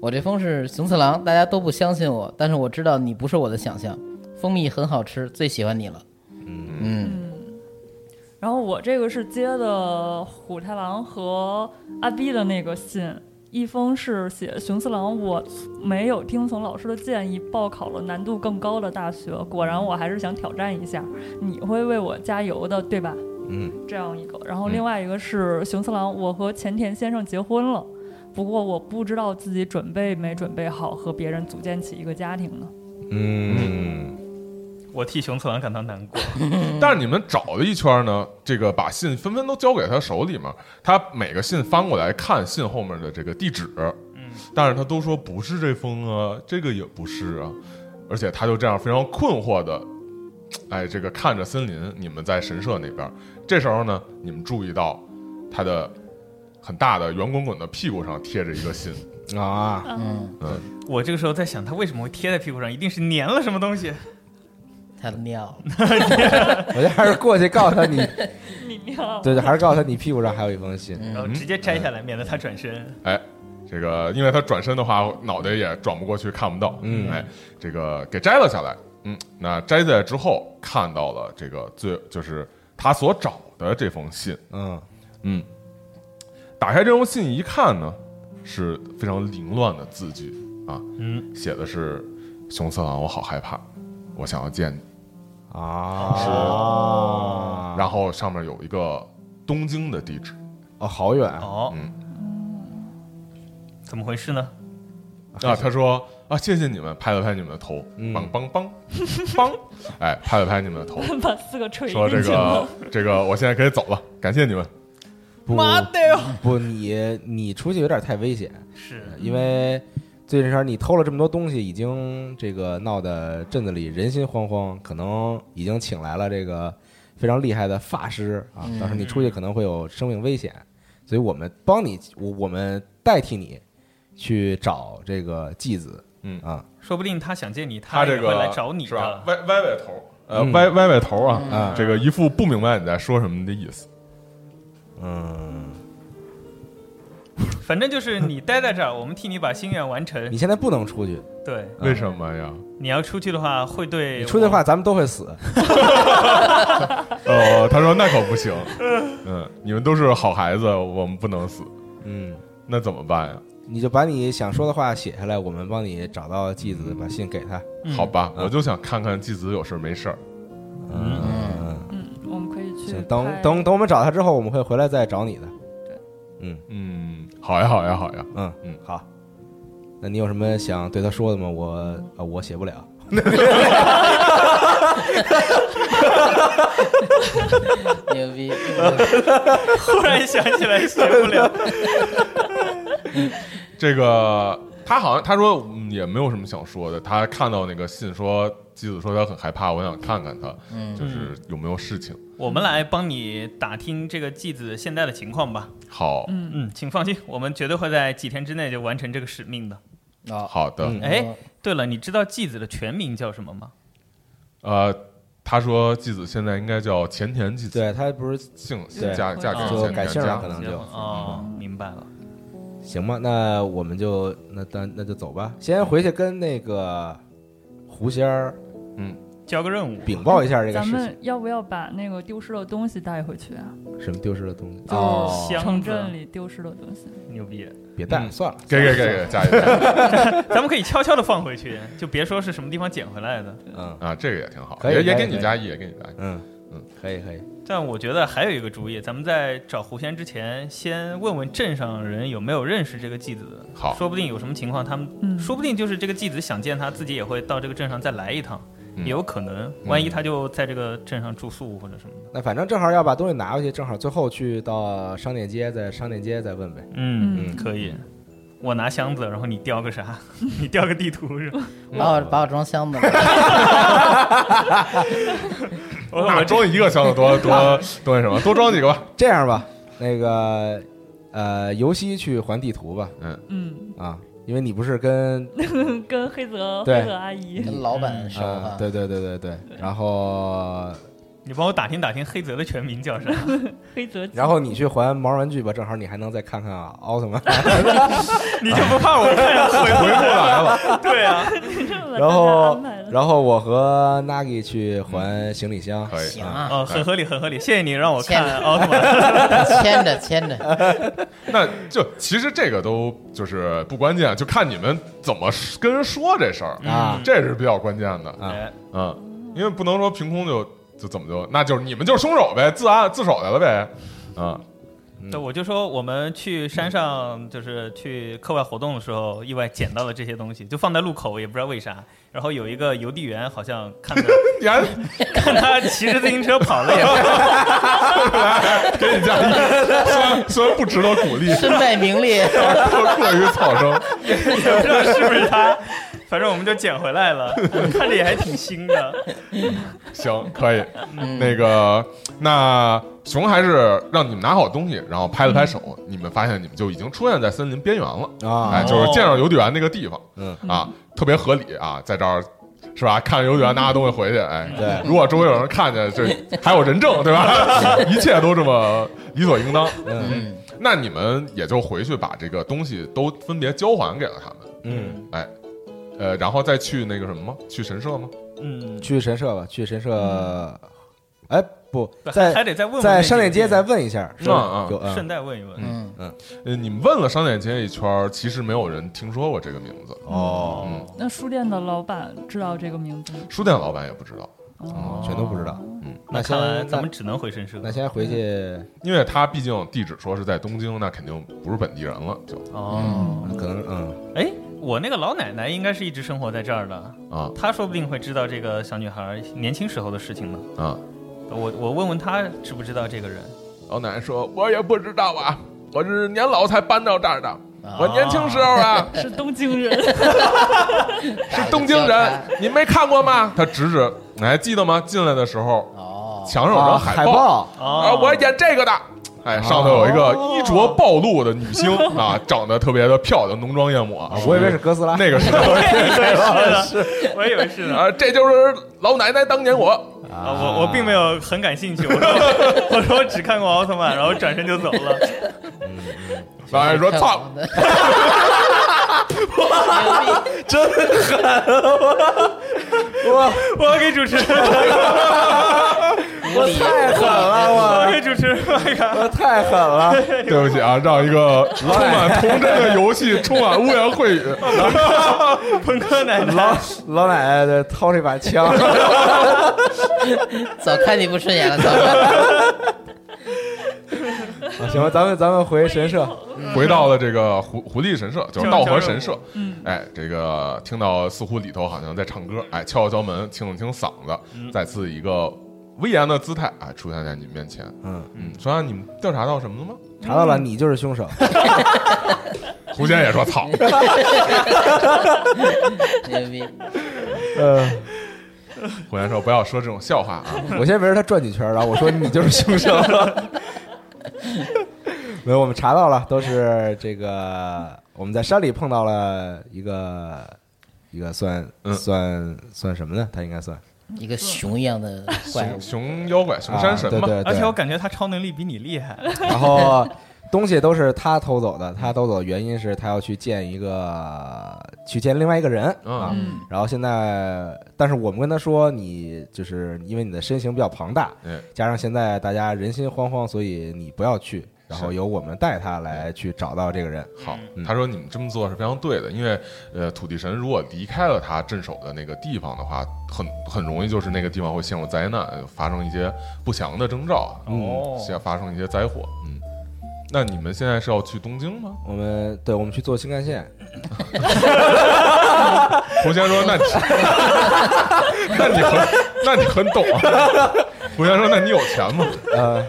Speaker 5: 我这封是熊次郎，大家都不相信我，但是我知道你不是我的想象。蜂蜜很好吃，最喜欢你了。嗯
Speaker 6: 然后我这个是接的虎太郎和阿 B 的那个信，一封是写熊次郎，我没有听从老师的建议报考了难度更高的大学，果然我还是想挑战一下，你会为我加油的，对吧？
Speaker 3: 嗯，
Speaker 6: 这样一个，然后
Speaker 3: 嗯
Speaker 6: 另外一个是熊次郎，我和前田先生结婚了，不过我不知道自己准备没准备好和别人组建起一个家庭呢。
Speaker 3: 嗯，
Speaker 4: 我替熊次郎感到难过。
Speaker 7: 但是你们找了一圈呢，这个把信纷纷都交给他手里面，他每个信翻过来看信后面的这个地址，
Speaker 4: 嗯，
Speaker 7: 但是他都说不是这封啊，这个也不是啊，而且他就这样非常困惑的，哎，这个看着森林，你们在神社那边，这时候呢，你们注意到他的很大的圆滚滚的屁股上贴着一个信，
Speaker 3: 啊，
Speaker 5: 嗯，
Speaker 4: 我这个时候在想，他为什么会贴在屁股上？一定是粘了什么东西。
Speaker 5: 他尿了，
Speaker 3: 我觉得还是过去告诉他你，
Speaker 6: 你妙，
Speaker 3: 对对，还是告诉他你屁股上还有一封信。
Speaker 4: 然后直接摘下来，免得他转身。
Speaker 7: 这个因为他转身的话，脑袋也转不过去，看不到。
Speaker 3: 嗯
Speaker 7: 哎，这个给摘了下来。嗯，那摘下来之后，看到了这个最就是他所找的这封信。
Speaker 3: 嗯，
Speaker 7: 嗯，打开这封信一看呢，是非常凌乱的字句啊，
Speaker 4: 嗯，
Speaker 7: 写的是“熊次郎，我好害怕，我想要见你。
Speaker 3: 啊，”
Speaker 7: 然后上面有一个东京的地址，
Speaker 3: 哦，好远啊，
Speaker 4: 哦，
Speaker 7: 嗯
Speaker 4: 怎么回事呢？
Speaker 7: 啊，他说啊，谢谢你们，拍了拍你们的头，
Speaker 3: 嗯
Speaker 7: 梆梆梆梆，哎，拍了拍你们的头，
Speaker 6: 把四个锤
Speaker 7: 说这
Speaker 6: 进去了
Speaker 7: 个。这个，我现在可以走了，感谢你们。
Speaker 3: 不
Speaker 5: 妈的哟！
Speaker 3: 不，你你出去有点太危险，
Speaker 4: 是
Speaker 3: 因为最近这事儿你偷了这么多东西，已经这个闹得镇子里人心惶惶，可能已经请来了这个非常厉害的法师啊，
Speaker 5: 嗯
Speaker 3: 到时候你出去可能会有生命危险，所以我们帮你，我我们代替你去找这个继子，
Speaker 7: 嗯
Speaker 3: 啊
Speaker 4: 说不定他想见你，
Speaker 7: 他
Speaker 4: 也
Speaker 7: 这
Speaker 4: 会
Speaker 7: 个
Speaker 4: 来找你
Speaker 7: 是吧
Speaker 4: 的？。
Speaker 7: 歪歪歪头，呃，
Speaker 3: 嗯
Speaker 7: 歪歪歪头啊，
Speaker 3: 啊
Speaker 7: 这个一副不明白你在说什么的意思。
Speaker 3: 嗯，
Speaker 4: 反正就是你待在这儿，我们替你把心愿完成
Speaker 7: 嗯
Speaker 3: 你。现在不能出去，
Speaker 4: 对，
Speaker 7: 为什么呀？
Speaker 4: 你要出去的话，会对
Speaker 3: 你出去的话咱们都会死，
Speaker 7: 呃，他说那可不行，嗯，你们都是好孩子，我们不能死，
Speaker 3: 嗯。
Speaker 7: 那怎么办呀？
Speaker 3: 你就把你想说的话写下来，我们帮你找到继子，把信给他。
Speaker 4: 嗯
Speaker 7: 好吧，我就想看看继子有事儿没事儿。
Speaker 3: 嗯，
Speaker 6: 嗯，我们可以去
Speaker 3: 行，
Speaker 6: 拍
Speaker 3: 等等等我们找他之后，我们会回来再找你的。
Speaker 7: 嗯，好呀，好呀，好呀。
Speaker 3: 嗯
Speaker 7: 嗯，
Speaker 3: 好。那你有什么想对他说的吗？我啊，我写不了。
Speaker 5: 牛逼！
Speaker 4: 突然想起来学不了。
Speaker 7: 这个他好像他说嗯也没有什么想说的，他看到那个信说继子说他很害怕，我想看看他，就是有没有事情。
Speaker 4: 我们来帮你打听这个继子现在的情况吧。
Speaker 7: 好，
Speaker 4: 嗯，请放心，我们绝对会在几天之内就完成这个使命的。
Speaker 5: 哦，
Speaker 7: 好的，
Speaker 3: 嗯
Speaker 4: 哎，对了，你知道继子的全名叫什么吗？
Speaker 7: 呃，他说继子现在应该叫前田继子，
Speaker 3: 对他不是
Speaker 7: 姓
Speaker 3: 对
Speaker 7: 嫁嫁给
Speaker 4: 哦
Speaker 7: 前
Speaker 3: 就改
Speaker 7: 田
Speaker 3: 姓了，
Speaker 7: 家
Speaker 3: 可。能就
Speaker 4: 哦，
Speaker 7: 嗯
Speaker 4: 明白了。
Speaker 3: 行吧。那我们就那那那就走吧，先回去跟那个狐仙儿
Speaker 4: 交个任务，
Speaker 3: 禀报一下这个
Speaker 6: 哎咱
Speaker 3: 事情，
Speaker 6: 们要不要把那个丢失的东西带回去啊？
Speaker 3: 什么丢失的东西，
Speaker 5: 哦
Speaker 4: 就是箱
Speaker 6: 城镇
Speaker 4: 子，
Speaker 6: 里丢失的东西，
Speaker 4: 牛逼。
Speaker 3: 别带了，
Speaker 7: 嗯
Speaker 3: 算了。
Speaker 7: 给给给给，加一个
Speaker 4: 咱们可以悄悄的放回去，就别说是什么地方捡回来的。
Speaker 3: 嗯
Speaker 7: 啊，这个也挺好，
Speaker 3: 可以
Speaker 7: 也也
Speaker 3: 可
Speaker 7: 给
Speaker 3: 以
Speaker 7: 你加一，也给你加一。
Speaker 3: 嗯
Speaker 7: 嗯，
Speaker 3: 可以可以。
Speaker 4: 但我觉得还有一个主意，咱们在找狐仙之前，先问问镇上人有没有认识这个继子，
Speaker 7: 好
Speaker 4: 说不定有什么情况，他们、
Speaker 6: 嗯
Speaker 4: 说不定就是这个继子想见他，自己也会到这个镇上再来一趟，
Speaker 7: 嗯
Speaker 4: 也有可能。万一他就在这个镇上住宿或者什么的。
Speaker 3: 那反正正好要把东西拿回去，正好最后去到商店街，在商店街再问呗。
Speaker 4: 嗯，
Speaker 3: 嗯
Speaker 4: 可以。我拿箱子，然后你叼个啥？ 你叼个地图是吧？
Speaker 5: 把我把我装箱子了，
Speaker 4: 我
Speaker 7: 那
Speaker 4: 我
Speaker 7: 装一个箱子多多多那什么，多装几个吧。
Speaker 3: 这样吧，那个呃，尤西去还地图吧，
Speaker 6: 嗯，
Speaker 3: 啊，因为你不是跟呃
Speaker 6: 跟黑泽
Speaker 3: 对
Speaker 6: 黑泽阿姨，
Speaker 5: 跟老板熟
Speaker 3: 呃，
Speaker 5: 啊。
Speaker 3: 对对对对对，然后
Speaker 4: 你帮我打听打听黑泽的全名叫啥？
Speaker 6: 黑泽纪
Speaker 3: 然后 你去还毛玩具吧，正好你还能再看看啊奥特曼，
Speaker 4: 你就不怕我看上回回不来了？对啊，
Speaker 6: 这么大
Speaker 3: 然
Speaker 6: 家
Speaker 3: 后
Speaker 6: 安排的，嗯
Speaker 3: 然后我和 Nagi 去还行李箱。
Speaker 7: 可以
Speaker 5: 行啊，
Speaker 4: 哦，很合理，很合理，谢谢你让我
Speaker 5: 谢谢
Speaker 4: 看奥特曼。
Speaker 5: 牵着牵着，
Speaker 7: 那就其实这个都就是不关键，就看你们怎么跟人说这事儿
Speaker 4: 嗯
Speaker 3: 啊
Speaker 7: 这是比较关键的。
Speaker 3: 啊
Speaker 4: 哎
Speaker 7: 嗯，因为不能说凭空就就怎么就，那就是你们就是凶手呗，自案自首来了呗。啊，
Speaker 4: 对，我就说我们去山上，就是去课外活动的时候，意外捡到了这些东西，就放在路口，也不知道为啥。然后有一个邮递员好像看 着
Speaker 7: 你还
Speaker 4: 看他骑着自行车跑了以后，
Speaker 7: 给你加一，虽然虽然不值得鼓励，
Speaker 5: 身败名裂，
Speaker 7: 但是过于草生。
Speaker 4: 也不知道是不是他，反正我们就捡回来 了，看着也还挺新的。
Speaker 7: 行，可以。那个，那熊还是让你们拿好东西，然后拍了拍手，你们发现你们就已经出现在森林边缘了。
Speaker 3: 啊
Speaker 7: 哎，就是见着邮递员那个地方，
Speaker 3: 嗯
Speaker 7: 啊，特别合理啊，在这儿是吧？看着邮递员拿着东西回去，哎，
Speaker 3: 对
Speaker 7: 如果周围有人看见，这还有人证，对吧？一切都这么理所应当。
Speaker 3: 嗯
Speaker 7: 那你们也就回去把这个东西都分别交还给了他们，
Speaker 3: 嗯，
Speaker 7: 呃，然后再去那个什么吗？去神社吗？
Speaker 4: 嗯，
Speaker 3: 去神社吧，去神社。
Speaker 7: 嗯
Speaker 3: 哎，不
Speaker 4: 对还
Speaker 3: 在
Speaker 4: 得再问问那
Speaker 3: 在
Speaker 4: 几
Speaker 3: 商店
Speaker 4: 个
Speaker 3: 街
Speaker 4: 人
Speaker 3: 再问一下，
Speaker 7: 嗯嗯
Speaker 3: 有嗯
Speaker 4: 顺带问一问。
Speaker 5: 嗯，
Speaker 7: 呃，你们问了商店街一圈儿，其实没有人听说过这个名字，
Speaker 3: 哦，
Speaker 7: 嗯，
Speaker 6: 那书店的老板知道这个名字吗？哦
Speaker 7: 书店老板也不知道，
Speaker 3: 嗯全都不知道。
Speaker 7: 嗯，
Speaker 4: 那看来
Speaker 3: 先
Speaker 4: 咱
Speaker 3: 那
Speaker 4: 们只能回神社。
Speaker 3: 那先回去，
Speaker 7: 因为他毕竟地址说是在东京，那肯定不是本地人了，就
Speaker 4: 哦，
Speaker 3: 可能嗯
Speaker 4: 哎，我那个老奶奶应该是一直生活在这儿的，
Speaker 7: 啊
Speaker 4: 她说不定会知道这个小女孩年轻时候的事情呢。
Speaker 7: 啊！
Speaker 4: 我我问问她知不知道这个人。
Speaker 7: 老奶奶说：“我也不知道啊，我是年老才搬到这儿的，我
Speaker 4: 啊
Speaker 7: 年轻时候 啊
Speaker 6: 是东京人，
Speaker 7: 是东京人，你没看过吗？”他指指，你还记得吗？进来的时候
Speaker 5: 哦，
Speaker 7: 墙上有
Speaker 3: 啊，
Speaker 7: 张
Speaker 3: 海
Speaker 7: 报，
Speaker 3: 报
Speaker 7: 啊，
Speaker 4: 哦，
Speaker 7: 我演这个的。哎，上头有一个衣着暴露的女星啊，长得特别的漂亮，浓妆艳抹。
Speaker 3: 啊
Speaker 7: 啊
Speaker 3: 我以为是哥斯拉，
Speaker 7: 那个时候。
Speaker 4: 我以为是呢。
Speaker 7: 啊，这就是老奶奶当年我。
Speaker 4: 啊，我我并没有很感兴趣，我说 我说我只看过奥特曼，然后转身就走了。
Speaker 7: 老奶奶说：“操，
Speaker 5: 的，
Speaker 4: 我要给主持人，
Speaker 5: 无理，
Speaker 3: 太狠了，
Speaker 4: 我
Speaker 3: 我
Speaker 4: 要给主持人看一看。
Speaker 3: 我太狠了，
Speaker 7: 对不起啊，让一个充满童真的游戏充满污言秽语。
Speaker 4: 朋克奶奶，
Speaker 3: 老老奶奶掏这把枪， 啊
Speaker 5: 早看你不顺眼了，早看
Speaker 3: 行吧，咱们咱们回神社，
Speaker 7: 回到了这个狐狐狸神社，就是道和神社。哎，这个听到似乎里头好像在唱歌，哎，敲了敲门，清了清嗓子，再次以一个威严的姿态啊出现在你们面前。
Speaker 3: 嗯
Speaker 7: 嗯，说啊，你们调查到什么了吗？
Speaker 3: 查到了，你就是凶手，
Speaker 7: 狐仙也说：“操，
Speaker 5: 牛逼，
Speaker 3: 呃，
Speaker 7: 狐仙说不要说这种笑话啊。”
Speaker 3: 我先围着他转几圈，然后我说你就是凶手。 没有，我们查到了，都是这个我们在山里碰到了一个一个算、
Speaker 7: 嗯
Speaker 3: 算算什么呢？他应该算
Speaker 5: 一个熊一样的怪物
Speaker 7: 熊，熊妖怪，熊山神
Speaker 3: 啊、
Speaker 7: 嘛。
Speaker 3: 对对
Speaker 4: 而且我
Speaker 3: 对。
Speaker 4: 感觉他超能力比你厉害。
Speaker 3: 然后东西都是他偷走的，他偷走的原因是他要去见一个去见另外一个人啊。
Speaker 7: 嗯，
Speaker 3: 然后现在，但是我们跟他说，你就是因为你的身形比较庞大，
Speaker 7: 哎
Speaker 3: 加上现在大家人心惶惶，所以你不要去，然后由我们带他来去找到这个人。
Speaker 7: 好，
Speaker 3: 嗯
Speaker 7: 他说你们这么做是非常对的，因为呃，土地神如果离开了他镇守的那个地方的话，很很容易就是那个地方会陷入灾难，呃发生一些不祥的征兆，
Speaker 3: 嗯
Speaker 4: 哦
Speaker 7: 现在发生一些灾祸。嗯，那你们现在是要去东京吗？
Speaker 3: 我们对，我们去坐新干线，
Speaker 7: 胡仙说：“那你，那你 很，那你很懂啊。”胡仙说：“那你有钱吗
Speaker 3: 呃，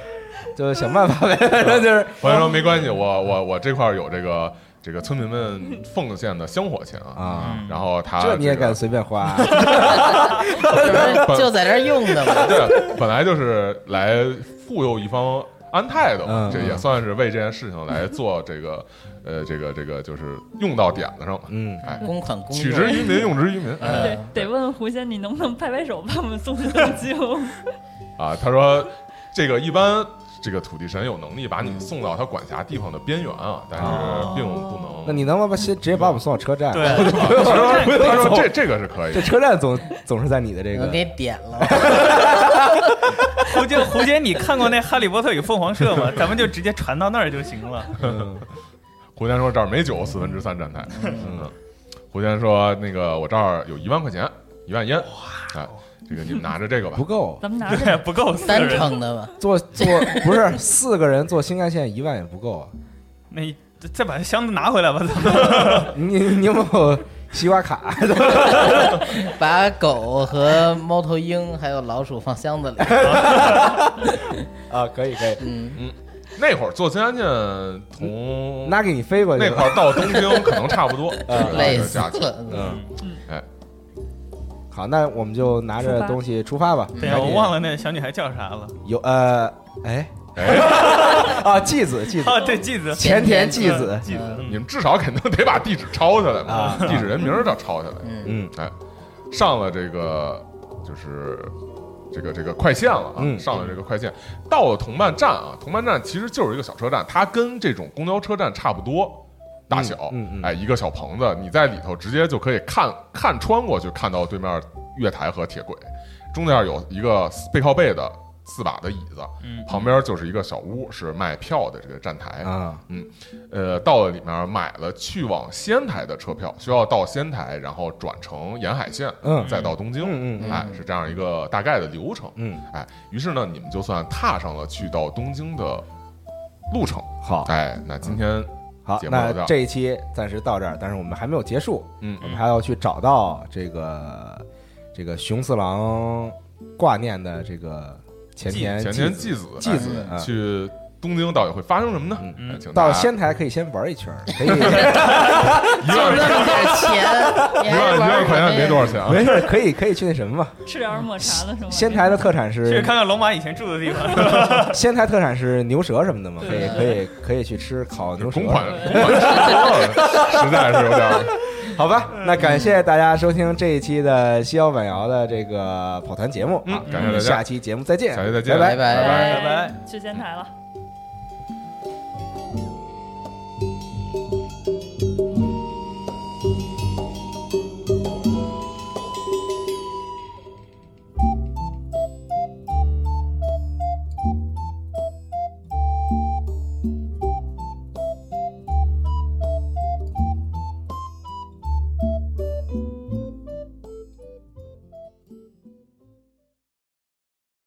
Speaker 3: 就想办法呗，反正就是？”
Speaker 7: 胡仙说：“没关系，我我我这块儿有这个这个村民们奉献的香火钱啊。”
Speaker 3: 啊，
Speaker 7: 然后他
Speaker 3: 这你也
Speaker 7: 个
Speaker 3: 敢随便花？
Speaker 5: 这不是就在这儿用的吗？
Speaker 7: 对，本来就是来护佑一方安泰的嘛，
Speaker 3: 嗯
Speaker 7: 这也算是为这件事情来做这个，呃，这个这个就是用到点子 上了，
Speaker 3: 嗯，
Speaker 7: 哎，
Speaker 5: 啊公款公
Speaker 7: 取之
Speaker 5: 用，
Speaker 7: 于民，用之于民。哎
Speaker 6: 对，得问狐仙，你 能不能拍拍手把我们送去东京？
Speaker 7: 啊，他说这个一般这个土地神有能力把你送到他管辖地方的边缘啊，但是并不能。
Speaker 3: 哦 那你能不能先直接把我们送到车站？
Speaker 4: 对，
Speaker 7: 他说这这个是可以
Speaker 3: 这，车站总总是在你的这
Speaker 5: 我
Speaker 3: 个
Speaker 5: 给点了，
Speaker 4: 胡姐胡姐，你看过那《哈利波特与凤凰社》 吗？咱们就直接传到那儿就行了。
Speaker 7: 胡先说这儿没酒，四分之三站台。嗯，胡先说那个我这儿有一万块钱，一万烟，哎，这个你们拿着这个吧
Speaker 3: 不。够，
Speaker 6: 咱们拿着
Speaker 4: 对，不够四个
Speaker 5: 单
Speaker 4: 人，
Speaker 5: 程的吧？
Speaker 3: 坐坐不是四个人坐新干线一万也不够啊。
Speaker 4: 那再把箱子拿回来吧，咱们
Speaker 3: 你你有没有西瓜卡？啊
Speaker 5: 把狗和猫头鹰还有老鼠放箱子里，
Speaker 3: 啊，可以可以，
Speaker 5: 嗯，
Speaker 7: 那会儿坐新干线从
Speaker 3: 嗯那给你飞过去
Speaker 7: 那
Speaker 3: 了。
Speaker 7: 块儿到东京可能差不多，
Speaker 5: 累
Speaker 7: 这个
Speaker 5: 死
Speaker 7: 价钱。
Speaker 5: 了。
Speaker 7: 嗯，
Speaker 3: 好，那我们就拿着东西出发吧。
Speaker 4: 对
Speaker 7: 啊
Speaker 4: 呀，我忘
Speaker 3: 了
Speaker 4: 了那小女孩叫啥了。
Speaker 3: 有呃，哎
Speaker 7: 哎，
Speaker 3: 啊，纪子纪子，
Speaker 4: 哦，对，季子，
Speaker 3: 前田纪子，
Speaker 4: 季子，
Speaker 7: 你们至少肯定得把地址抄下来嘛
Speaker 3: 啊，
Speaker 7: 地址人名儿要抄下来。
Speaker 5: 嗯，
Speaker 3: 嗯，
Speaker 7: 哎，上了这个就是这个这个快线了啊，
Speaker 3: 嗯
Speaker 7: 上了这个快线，到了同伴站啊，同伴站其实就是一个小车站，它跟这种公交车站差不多。大小，
Speaker 3: 嗯嗯嗯
Speaker 7: 哎，一个小棚子，你在里头直接就可以看看穿过去，看到对面月台和铁轨，中间有一个背靠背的四把的椅子，
Speaker 4: 嗯
Speaker 7: 旁边就是一个小屋，是卖票的这个站台，
Speaker 3: 啊，
Speaker 7: 呃，到了里面买了去往仙台的车票，需要到仙台，然后转乘沿海线，
Speaker 3: 嗯
Speaker 7: 再到东京，
Speaker 3: 嗯嗯嗯
Speaker 7: 哎，是这样一个大概的流程，
Speaker 3: 嗯，
Speaker 7: 哎，于是呢，你们就算踏上了去到东京的路程，
Speaker 3: 好
Speaker 7: 哎，那今天，
Speaker 3: 好，
Speaker 7: 节目到这
Speaker 3: 那这一期暂时到这儿，但是我们还没有结束，
Speaker 7: 嗯
Speaker 3: 我们还要去找到这个这个熊次郎挂念的这个前田
Speaker 7: 前
Speaker 3: 纪
Speaker 7: 田
Speaker 3: 子
Speaker 7: 纪子，
Speaker 3: 纪子
Speaker 7: 哎
Speaker 3: 啊
Speaker 7: 去东京到底会发生什么呢？
Speaker 4: 嗯
Speaker 7: 哎请大
Speaker 3: 到
Speaker 7: 家
Speaker 3: 仙台可以先玩一圈儿，可以
Speaker 7: 一万
Speaker 5: 就那么点钱，
Speaker 7: 一
Speaker 5: 你还
Speaker 7: 万一
Speaker 5: 玩
Speaker 7: 万
Speaker 5: 什
Speaker 7: 块
Speaker 5: 么
Speaker 7: 钱
Speaker 5: 呀
Speaker 7: 没多少钱啊，
Speaker 3: 没事儿，可以可以去那什么嘛。
Speaker 6: 吃点儿抹茶的是吗？
Speaker 3: 仙台的特产
Speaker 4: 去
Speaker 3: 是
Speaker 4: 看看龙马以前住的地方。
Speaker 3: 仙台特产是牛舌什么的嘛，可以
Speaker 6: 对
Speaker 3: 可以可以去吃烤牛舌
Speaker 7: 公。款公款吃多了，实在是有点儿。
Speaker 3: 好吧，那感谢大家收听这一期的西摇晚摇的这个跑团节目啊，
Speaker 7: 感谢大家
Speaker 3: 下期节目再见，
Speaker 7: 下期再见
Speaker 3: 拜
Speaker 5: 拜拜
Speaker 7: 拜
Speaker 6: 拜
Speaker 4: 拜拜
Speaker 6: 去仙台了。
Speaker 8: 拜拜。